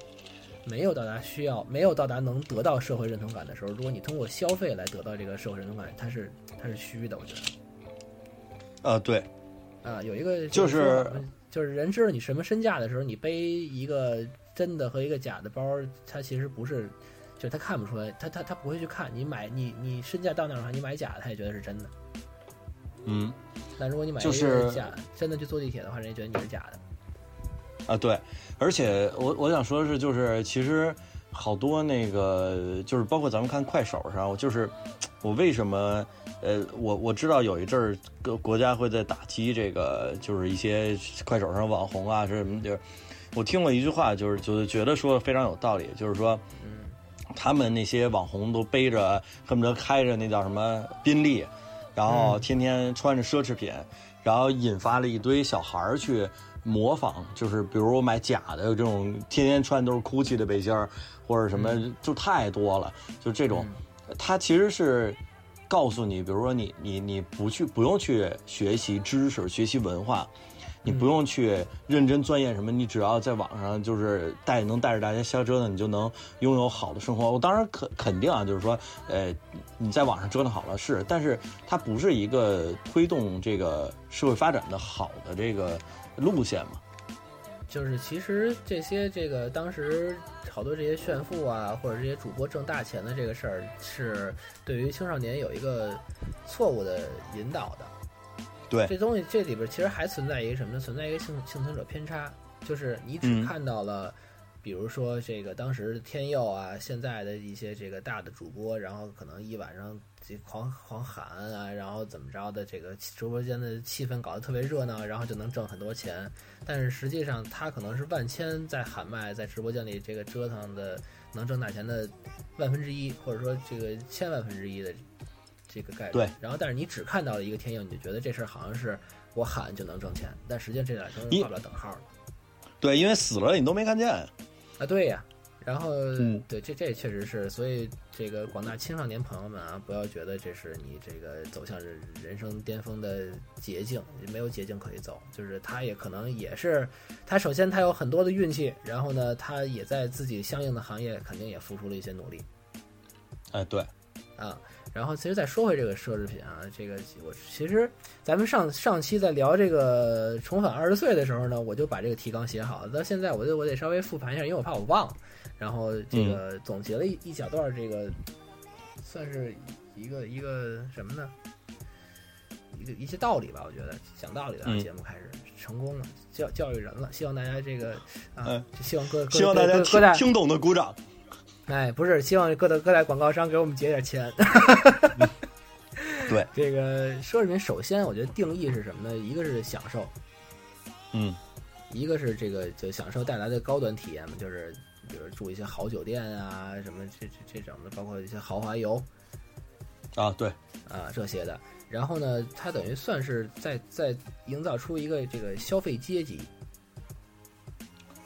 Speaker 6: 没有到达需要，没有到达能得到社会认同感的时候，如果你通过消费来得到这个社会认同感，它是它是虚的，我觉得
Speaker 4: 啊，对，
Speaker 6: 啊，有一
Speaker 4: 就
Speaker 6: 个这个
Speaker 4: 是
Speaker 6: 说法就是人知道你什么身价的时候，你背一个真的和一个假的包，它其实不是，就是他看不出来，他他他不会去看你买你你身价到那儿的话，你买假的他也觉得是真的。
Speaker 4: 嗯
Speaker 6: 那如果你买一
Speaker 4: 就
Speaker 6: 个
Speaker 4: 是
Speaker 6: 假真的去坐地铁的话，人家觉得你是假的。
Speaker 4: 啊，对，而且我我想说的是，就是其实好多那个，就是包括咱们看快手上，就是我为什么呃，我我知道有一阵儿各国家会在打击这个，就是一些快手上网红啊是什么，就是我听过一句话，就是就是觉得说得非常有道理，就是说。
Speaker 6: 嗯，
Speaker 4: 他们那些网红都背着恨不得开着那叫什么宾利，然后天天穿着奢侈品，然后引发了一堆小孩儿去模仿，就是比如我买假的这种，天天穿都是 GUCCI 的背心儿或者什么，就太多了，就这种，它其实是。告诉你，比如说你你你不去不用去学习知识、学习文化，你不用去认真钻研什么，你只要在网上就是带能带着大家瞎折腾，你就能拥有好的生活。我当然肯肯定啊，就是说，呃，你在网上折腾好了是，但是它不是一个推动这个社会发展的好的这个路线嘛。
Speaker 6: 就是其实这些这个当时好多这些炫富啊，或者这些主播挣大钱的这个事儿，是对于青少年有一个错误的引导的。
Speaker 4: 对
Speaker 6: 这东西这里边其实还存在一个什么呢？存在一个幸幸存者偏差，就是你只
Speaker 4: 嗯
Speaker 6: 看到了，比如说这个当时的天佑啊，现在的一些这个大的主播，然后可能一晚上这狂狂喊啊，然后怎么着的，这个直播间的气氛搞得特别热闹，然后就能挣很多钱。但是实际上他可能是万千在喊麦，在直播间里这个折腾的能挣大钱的万分之一，或者说这个千万分之一的这个概率。
Speaker 4: 对。
Speaker 6: 然后，但是你只看到了一个天佑，你就觉得这事儿好像是我喊就能挣钱，但实际上这俩东西
Speaker 4: 一
Speaker 6: 画不了等号了
Speaker 4: 对，因为死了你都没看见。
Speaker 6: 啊。对呀、然后、
Speaker 4: 嗯
Speaker 6: 对这这确实是，所以这个广大青少年朋友们啊，不要觉得这是你这个走向人人生巅峰的捷径，没有捷径可以走，就是他也可能也是他首先他有很多的运气，然后呢，他也在自己相应的行业肯定也付出了一些努力。
Speaker 4: 哎，对，
Speaker 6: 啊。然后其实再说回这个奢侈品啊，这个我其实咱们上上期在聊这个重返二十岁的时候呢，我就把这个提纲写好了，到现在我就我得稍微复盘一下，因为我怕我忘了。然后这
Speaker 4: 嗯
Speaker 6: 个总结了一一小段这个，算是一个一个什么呢？一个一些道理吧，我觉得讲道理的啊、
Speaker 4: 嗯
Speaker 6: 节目开始成功了，教教育人了，希望大家这个啊
Speaker 4: 嗯，
Speaker 6: 希望各各
Speaker 4: 希望大家
Speaker 6: 各各
Speaker 4: 听
Speaker 6: 大
Speaker 4: 听懂的鼓掌。
Speaker 6: 哎，不是，希望各大各大广告商给我们结点钱。
Speaker 4: 对，
Speaker 6: 这个奢侈品，首先我觉得定义是什么呢？一个是享受，
Speaker 4: 嗯
Speaker 6: 一个是这个就享受带来的高端体验嘛，就是比如住一些好酒店啊，什么这这这种的，包括一些豪华游
Speaker 4: 啊，对，
Speaker 6: 啊这些的。然后呢，它等于算是在在营造出一个这个消费阶级，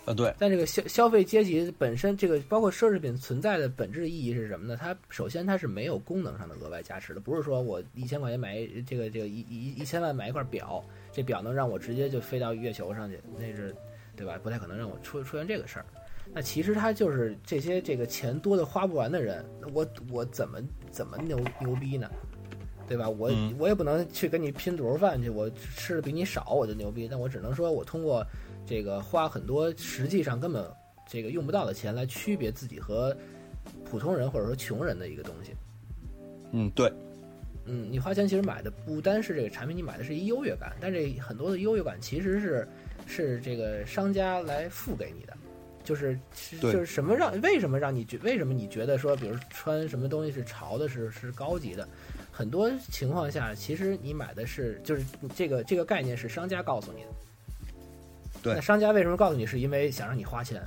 Speaker 4: 啊对，
Speaker 6: 但这个消消费阶级本身，这个包括奢侈品存在的本质意义是什么呢？它首先它是没有功能上的额外加持的，不是说我一千块钱买一这个这个一一一千万买一块表，这表能让我直接就飞到月球上去，那是对吧？不太可能让我出出现这个事儿。那其实它就是这些这个钱多的花不完的人，我我怎么怎么牛牛逼呢？对吧？我、
Speaker 4: 嗯
Speaker 6: 我也不能去跟你拼多少饭去，我吃的比你少我就牛逼，但我只能说我通过这个花很多实际上根本这个用不到的钱来区别自己和普通人或者说穷人的一个东西。
Speaker 4: 嗯对，
Speaker 6: 嗯，你花钱其实买的不单是这个产品，你买的是一优越感，但这很多的优越感其实是是这个商家来付给你的，就是是
Speaker 4: 对
Speaker 6: 就是什么让为什么让你觉为什么你觉得说，比如穿什么东西是潮的，是是高级的，很多情况下其实你买的是就是这个这个概念是商家告诉你的。
Speaker 4: 对
Speaker 6: 那商家为什么告诉你是因为想让你花钱？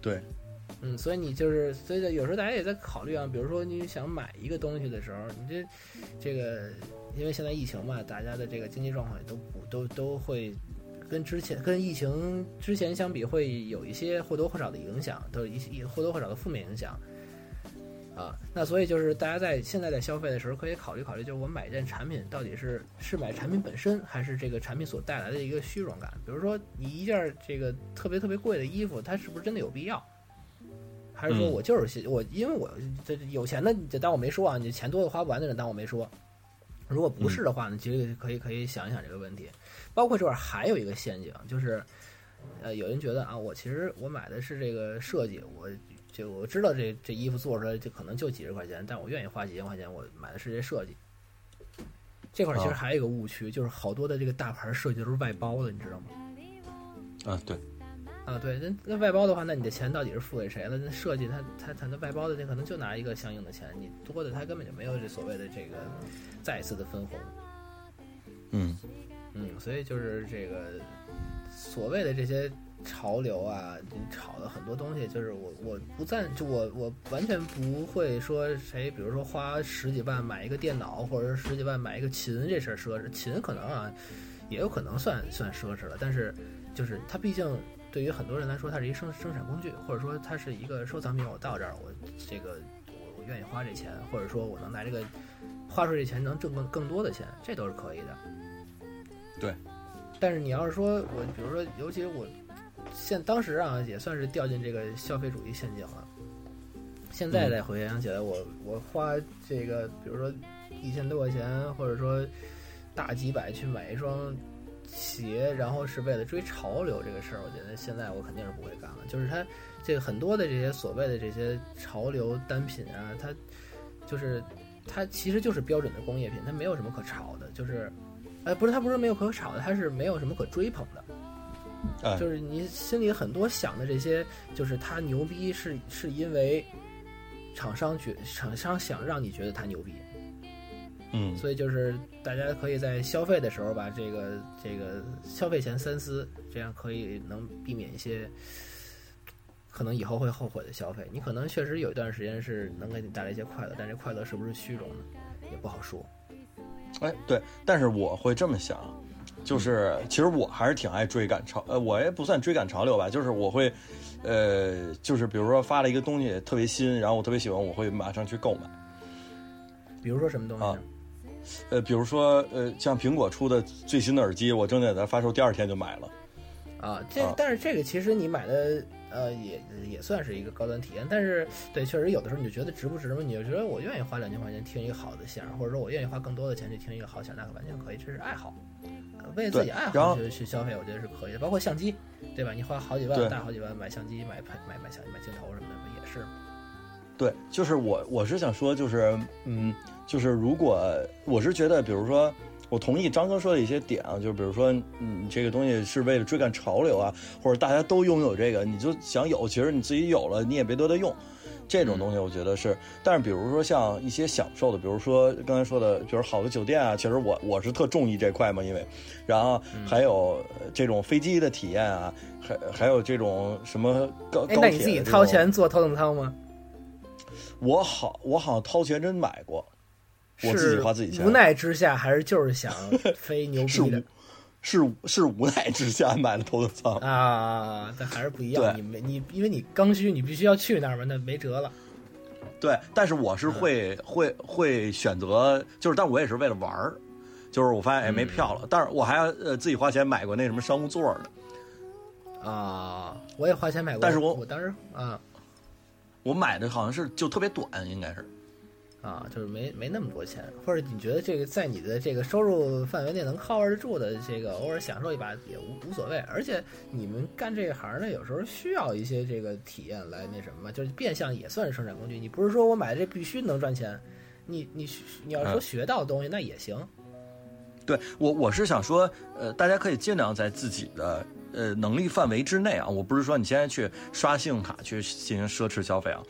Speaker 4: 对，
Speaker 6: 嗯，所以你就是，所以有时候大家也在考虑啊，比如说你想买一个东西的时候，你这这个，因为现在疫情嘛，大家的这个经济状况也都不都都会跟之前跟疫情之前相比，会有一些或多或少的影响，都有一些或多或少的负面影响。啊，那所以就是大家在现在在消费的时候，可以考虑考虑，就是我买一件产品到底是是买产品本身，还是这个产品所带来的一个虚荣感。比如说，你一件这个特别特别贵的衣服，它是不是真的有必要？还是说
Speaker 4: 嗯
Speaker 6: 我就是喜我，因为我这有钱的，你就当我没说啊，你钱多的花不完的人当我没说。如果不是的话呢，其实可以可以想一想这个问题。包括这边还有一个陷阱，就是呃，有人觉得啊，我其实我买的是这个设计，我就我知道这这衣服做出来就可能就几十块钱，但我愿意花几千块钱，我买的是这设计。这块儿其实
Speaker 4: 啊
Speaker 6: 还有一个误区，就是好多的这个大牌设计都是外包的，你知道吗？
Speaker 4: 啊，对，
Speaker 6: 啊，对，那那外包的话，那你的钱到底是付给谁了？那设计他他他的外包的，那可能就拿一个相应的钱，你多的他根本就没有这所谓的这个再次的分红。
Speaker 4: 嗯，
Speaker 6: 嗯，所以就是这个所谓的这些潮流啊，你炒的很多东西，就是我我不赞，就我我完全不会说谁，比如说花十几万买一个电脑，或者是十几万买一个琴这事儿奢侈，琴可能啊也有可能算算奢侈了，但是就是它毕竟。对于很多人来说，它是一生生产工具，或者说它是一个收藏品。我到这儿，我这个我我愿意花这钱，或者说我能拿这个花出这钱能挣更更多的钱，这都是可以的。但是你要是说我，比如说，尤其我现当时啊，也算是掉进这个消费主义陷阱了。现在再回想起来，我我花这个，比如说一千多块钱，或者说大几百去买一双鞋，然后是为了追潮流这个事儿，我觉得现在我肯定是不会干了。就是它这个很多的这些所谓的这些潮流单品啊，它就是它其实就是标准的工业品，它没有什么可炒的，就是。呃，不是，它不是没有可炒的，它是没有什么可追捧的。
Speaker 4: 哎
Speaker 6: 就是你心里很多想的这些，就是他牛逼是是因为厂商觉厂商想让你觉得他牛逼，
Speaker 4: 嗯，
Speaker 6: 所以就是大家可以在消费的时候把这个这个消费前三思，这样可以能避免一些可能以后会后悔的消费。你可能确实有一段时间是能给你带来一些快乐，但这快乐是不是虚荣的，也不好说。
Speaker 4: 哎，对，但是我会这么想，就是其实我还是挺爱追赶潮，呃，我也不算追赶潮流吧，就是我会，呃，就是比如说发了一个东西特别新，然后我特别喜欢，我会马上去购买。
Speaker 6: 比如说什么东西呢？
Speaker 4: 啊呃，比如说，呃，像苹果出的最新的耳机，我正在它发售，第二天就买了。
Speaker 6: 啊，这
Speaker 4: 啊
Speaker 6: 但是这个其实你买的呃也也算是一个高端体验，但是对，确实有的时候你就觉得值不值嘛？你就觉得我愿意花两千块钱听一个好的响儿，或者说我愿意花更多的钱去听一个好响儿，那个完全可以，这是爱好，呃为自己
Speaker 4: 对
Speaker 6: 爱
Speaker 4: 然
Speaker 6: 好
Speaker 4: 后
Speaker 6: 去去消费，我觉得是可以的。包括相机，对吧？你花好几万、
Speaker 4: 对
Speaker 6: 大好几万买相机、买拍买买相买镜头什么的，不也是吗？
Speaker 4: 对，就是我，我是想说，就是，嗯，就是如果我是觉得，比如说，我同意张哥说的一些点啊，就比如说，嗯，这个东西是为了追赶潮流啊，或者大家都拥有这个，你就想有，其实你自己有了，你也别多的用。这种东西我觉得是，但是比如说像一些享受的，比如说刚才说的，就是好的酒店啊，其实我我是特中意这块嘛，因为，然后还有呃这种飞机的体验啊，还还有这种什么高高铁
Speaker 6: 哎，
Speaker 4: 的
Speaker 6: 那你自己
Speaker 4: 这
Speaker 6: 掏
Speaker 4: 种
Speaker 6: 钱做头等 舱吗？
Speaker 4: 我好，我好像掏钱真买过，我
Speaker 6: 是
Speaker 4: 自己花自己钱
Speaker 6: 无奈之下，还是就 是想飞牛
Speaker 4: 是
Speaker 6: 逼
Speaker 4: 无
Speaker 6: 的
Speaker 4: 是是无奈之下买的头等 舱。
Speaker 6: 啊？但还是不一样，
Speaker 4: 对
Speaker 6: 你没你，因为你刚需，你必须要去那儿嘛，那没辙了。
Speaker 4: 对，但是我是会、
Speaker 6: 嗯
Speaker 4: 会会选择，就是但我也是为了玩儿，就是我发现哎没票了，
Speaker 6: 嗯
Speaker 4: 但是我还呃自己花钱买过那什么商务座呢，
Speaker 6: 啊，我也花钱买过，
Speaker 4: 但是
Speaker 6: 我
Speaker 4: 我
Speaker 6: 当时啊
Speaker 4: 我买的好像是就特别短，应该是。
Speaker 6: 啊，就是没没那么多钱，或者你觉得这个在你的这个收入范围内能 cover 得住的，这个偶尔享受一把也无无所谓。而且你们干这一行的，有时候需要一些这个体验来那什么，就是变相也算是生产工具。你不是说我买这必须能赚钱，你你你要说
Speaker 4: 嗯
Speaker 6: 学到的东西那也行。
Speaker 4: 对我我是想说，呃，大家可以尽量在自己的呃能力范围之内啊，我不是说你现在去刷信用卡去进行奢侈消费啊，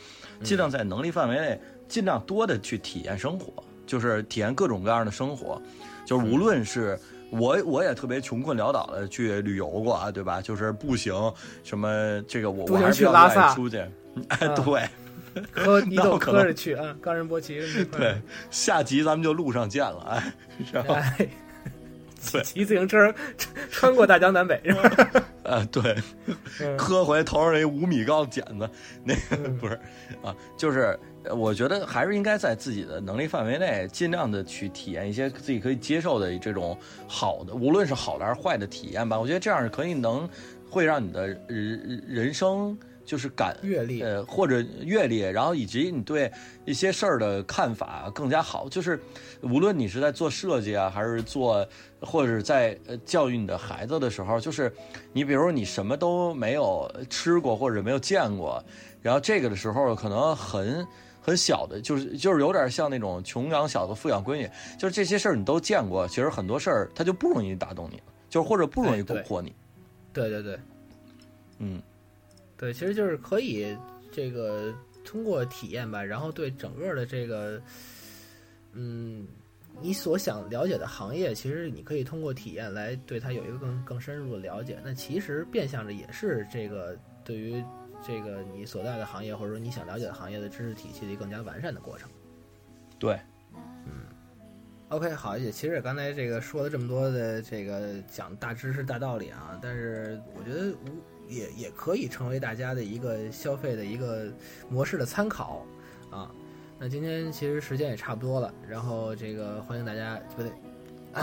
Speaker 4: 尽
Speaker 6: 嗯
Speaker 4: 量在能力范围内，尽量
Speaker 6: 嗯
Speaker 4: 多的去体验生活，就是体验各种各样的生活，就是无论是。我我也特别穷困潦倒的去旅游过啊，对吧？就是步行什么这个我
Speaker 6: 步
Speaker 4: 我
Speaker 6: 行
Speaker 4: 还是
Speaker 6: 去
Speaker 4: 比较
Speaker 6: 拉
Speaker 4: 爱
Speaker 6: 萨
Speaker 4: 出去，哎，
Speaker 6: 啊
Speaker 4: 对
Speaker 6: 磕你
Speaker 4: 那
Speaker 6: 走
Speaker 4: 我可
Speaker 6: 磕
Speaker 4: 能
Speaker 6: 着去啊，冈仁波齐那块
Speaker 4: 对
Speaker 6: 儿，，
Speaker 4: 下集咱们就路上见了， 哎，然后
Speaker 6: 哎，骑
Speaker 4: 对
Speaker 6: 骑自行车穿穿过大江南北是吧？
Speaker 4: 呃对，
Speaker 6: 嗯
Speaker 4: 磕回头上那五米高的剪子，那个不是啊，就是呃我觉得还是应该在自己的能力范围内，尽量的去体验一些自己可以接受的这种好的，无论是好的还是坏的体验吧。我觉得这样可以能会让你的人人生就是感
Speaker 6: 阅历
Speaker 4: 呃或者阅历，然后以及你对一些事儿的看法更加好。就是无论你是在做设计啊，还是做或者在呃教育你的孩子的时候，就是你比如你什么都没有吃过或者没有见过，然后这个的时候可能很。很小的，就是就是有点像那种穷养小子，富养闺女，就是这些事儿你都见过，其实很多事儿它就不容易打动你了，就是或者不容易
Speaker 6: 哎
Speaker 4: 蛊
Speaker 6: 对
Speaker 4: 惑你。
Speaker 6: 对对对
Speaker 4: 嗯，
Speaker 6: 对，其实就是可以这个通过体验吧，然后对整个的这个，嗯，你所想了解的行业，其实你可以通过体验来对它有一个更更深入的了解。那其实变相着也是这个对于这个你所在的行业或者说你想了解的行业的知识体系的一个更加完善的过程。
Speaker 4: 对，
Speaker 6: OK，好，也其实也刚才这个说了这么多的这个讲大知识大道理啊，但是我觉得无也也可以成为大家的一个消费的一个模式的参考啊。那今天其实时间也差不多了，然后这个欢迎大家不对、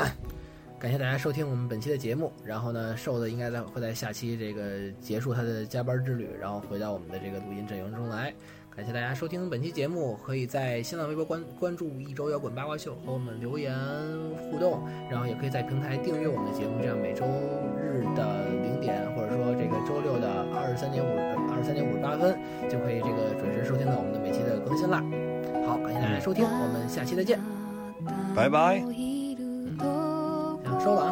Speaker 6: 感谢大家收听我们本期的节目。然后呢，瘦子应该在会在下期这个结束他的加班之旅，然后回到我们的这个录音阵营中来。感谢大家收听本期节目，可以在新浪微博关关注一周摇滚八卦秀和我们留言互动，然后也可以在平台订阅我们的节目，这样每周日的零点或者说这个周六的二十三点五二十三点五十八分就可以这个准时收听到我们的每期的更新啦。好，感谢大家收听，我们下期再见。
Speaker 4: 拜拜。
Speaker 6: 行，收了啊。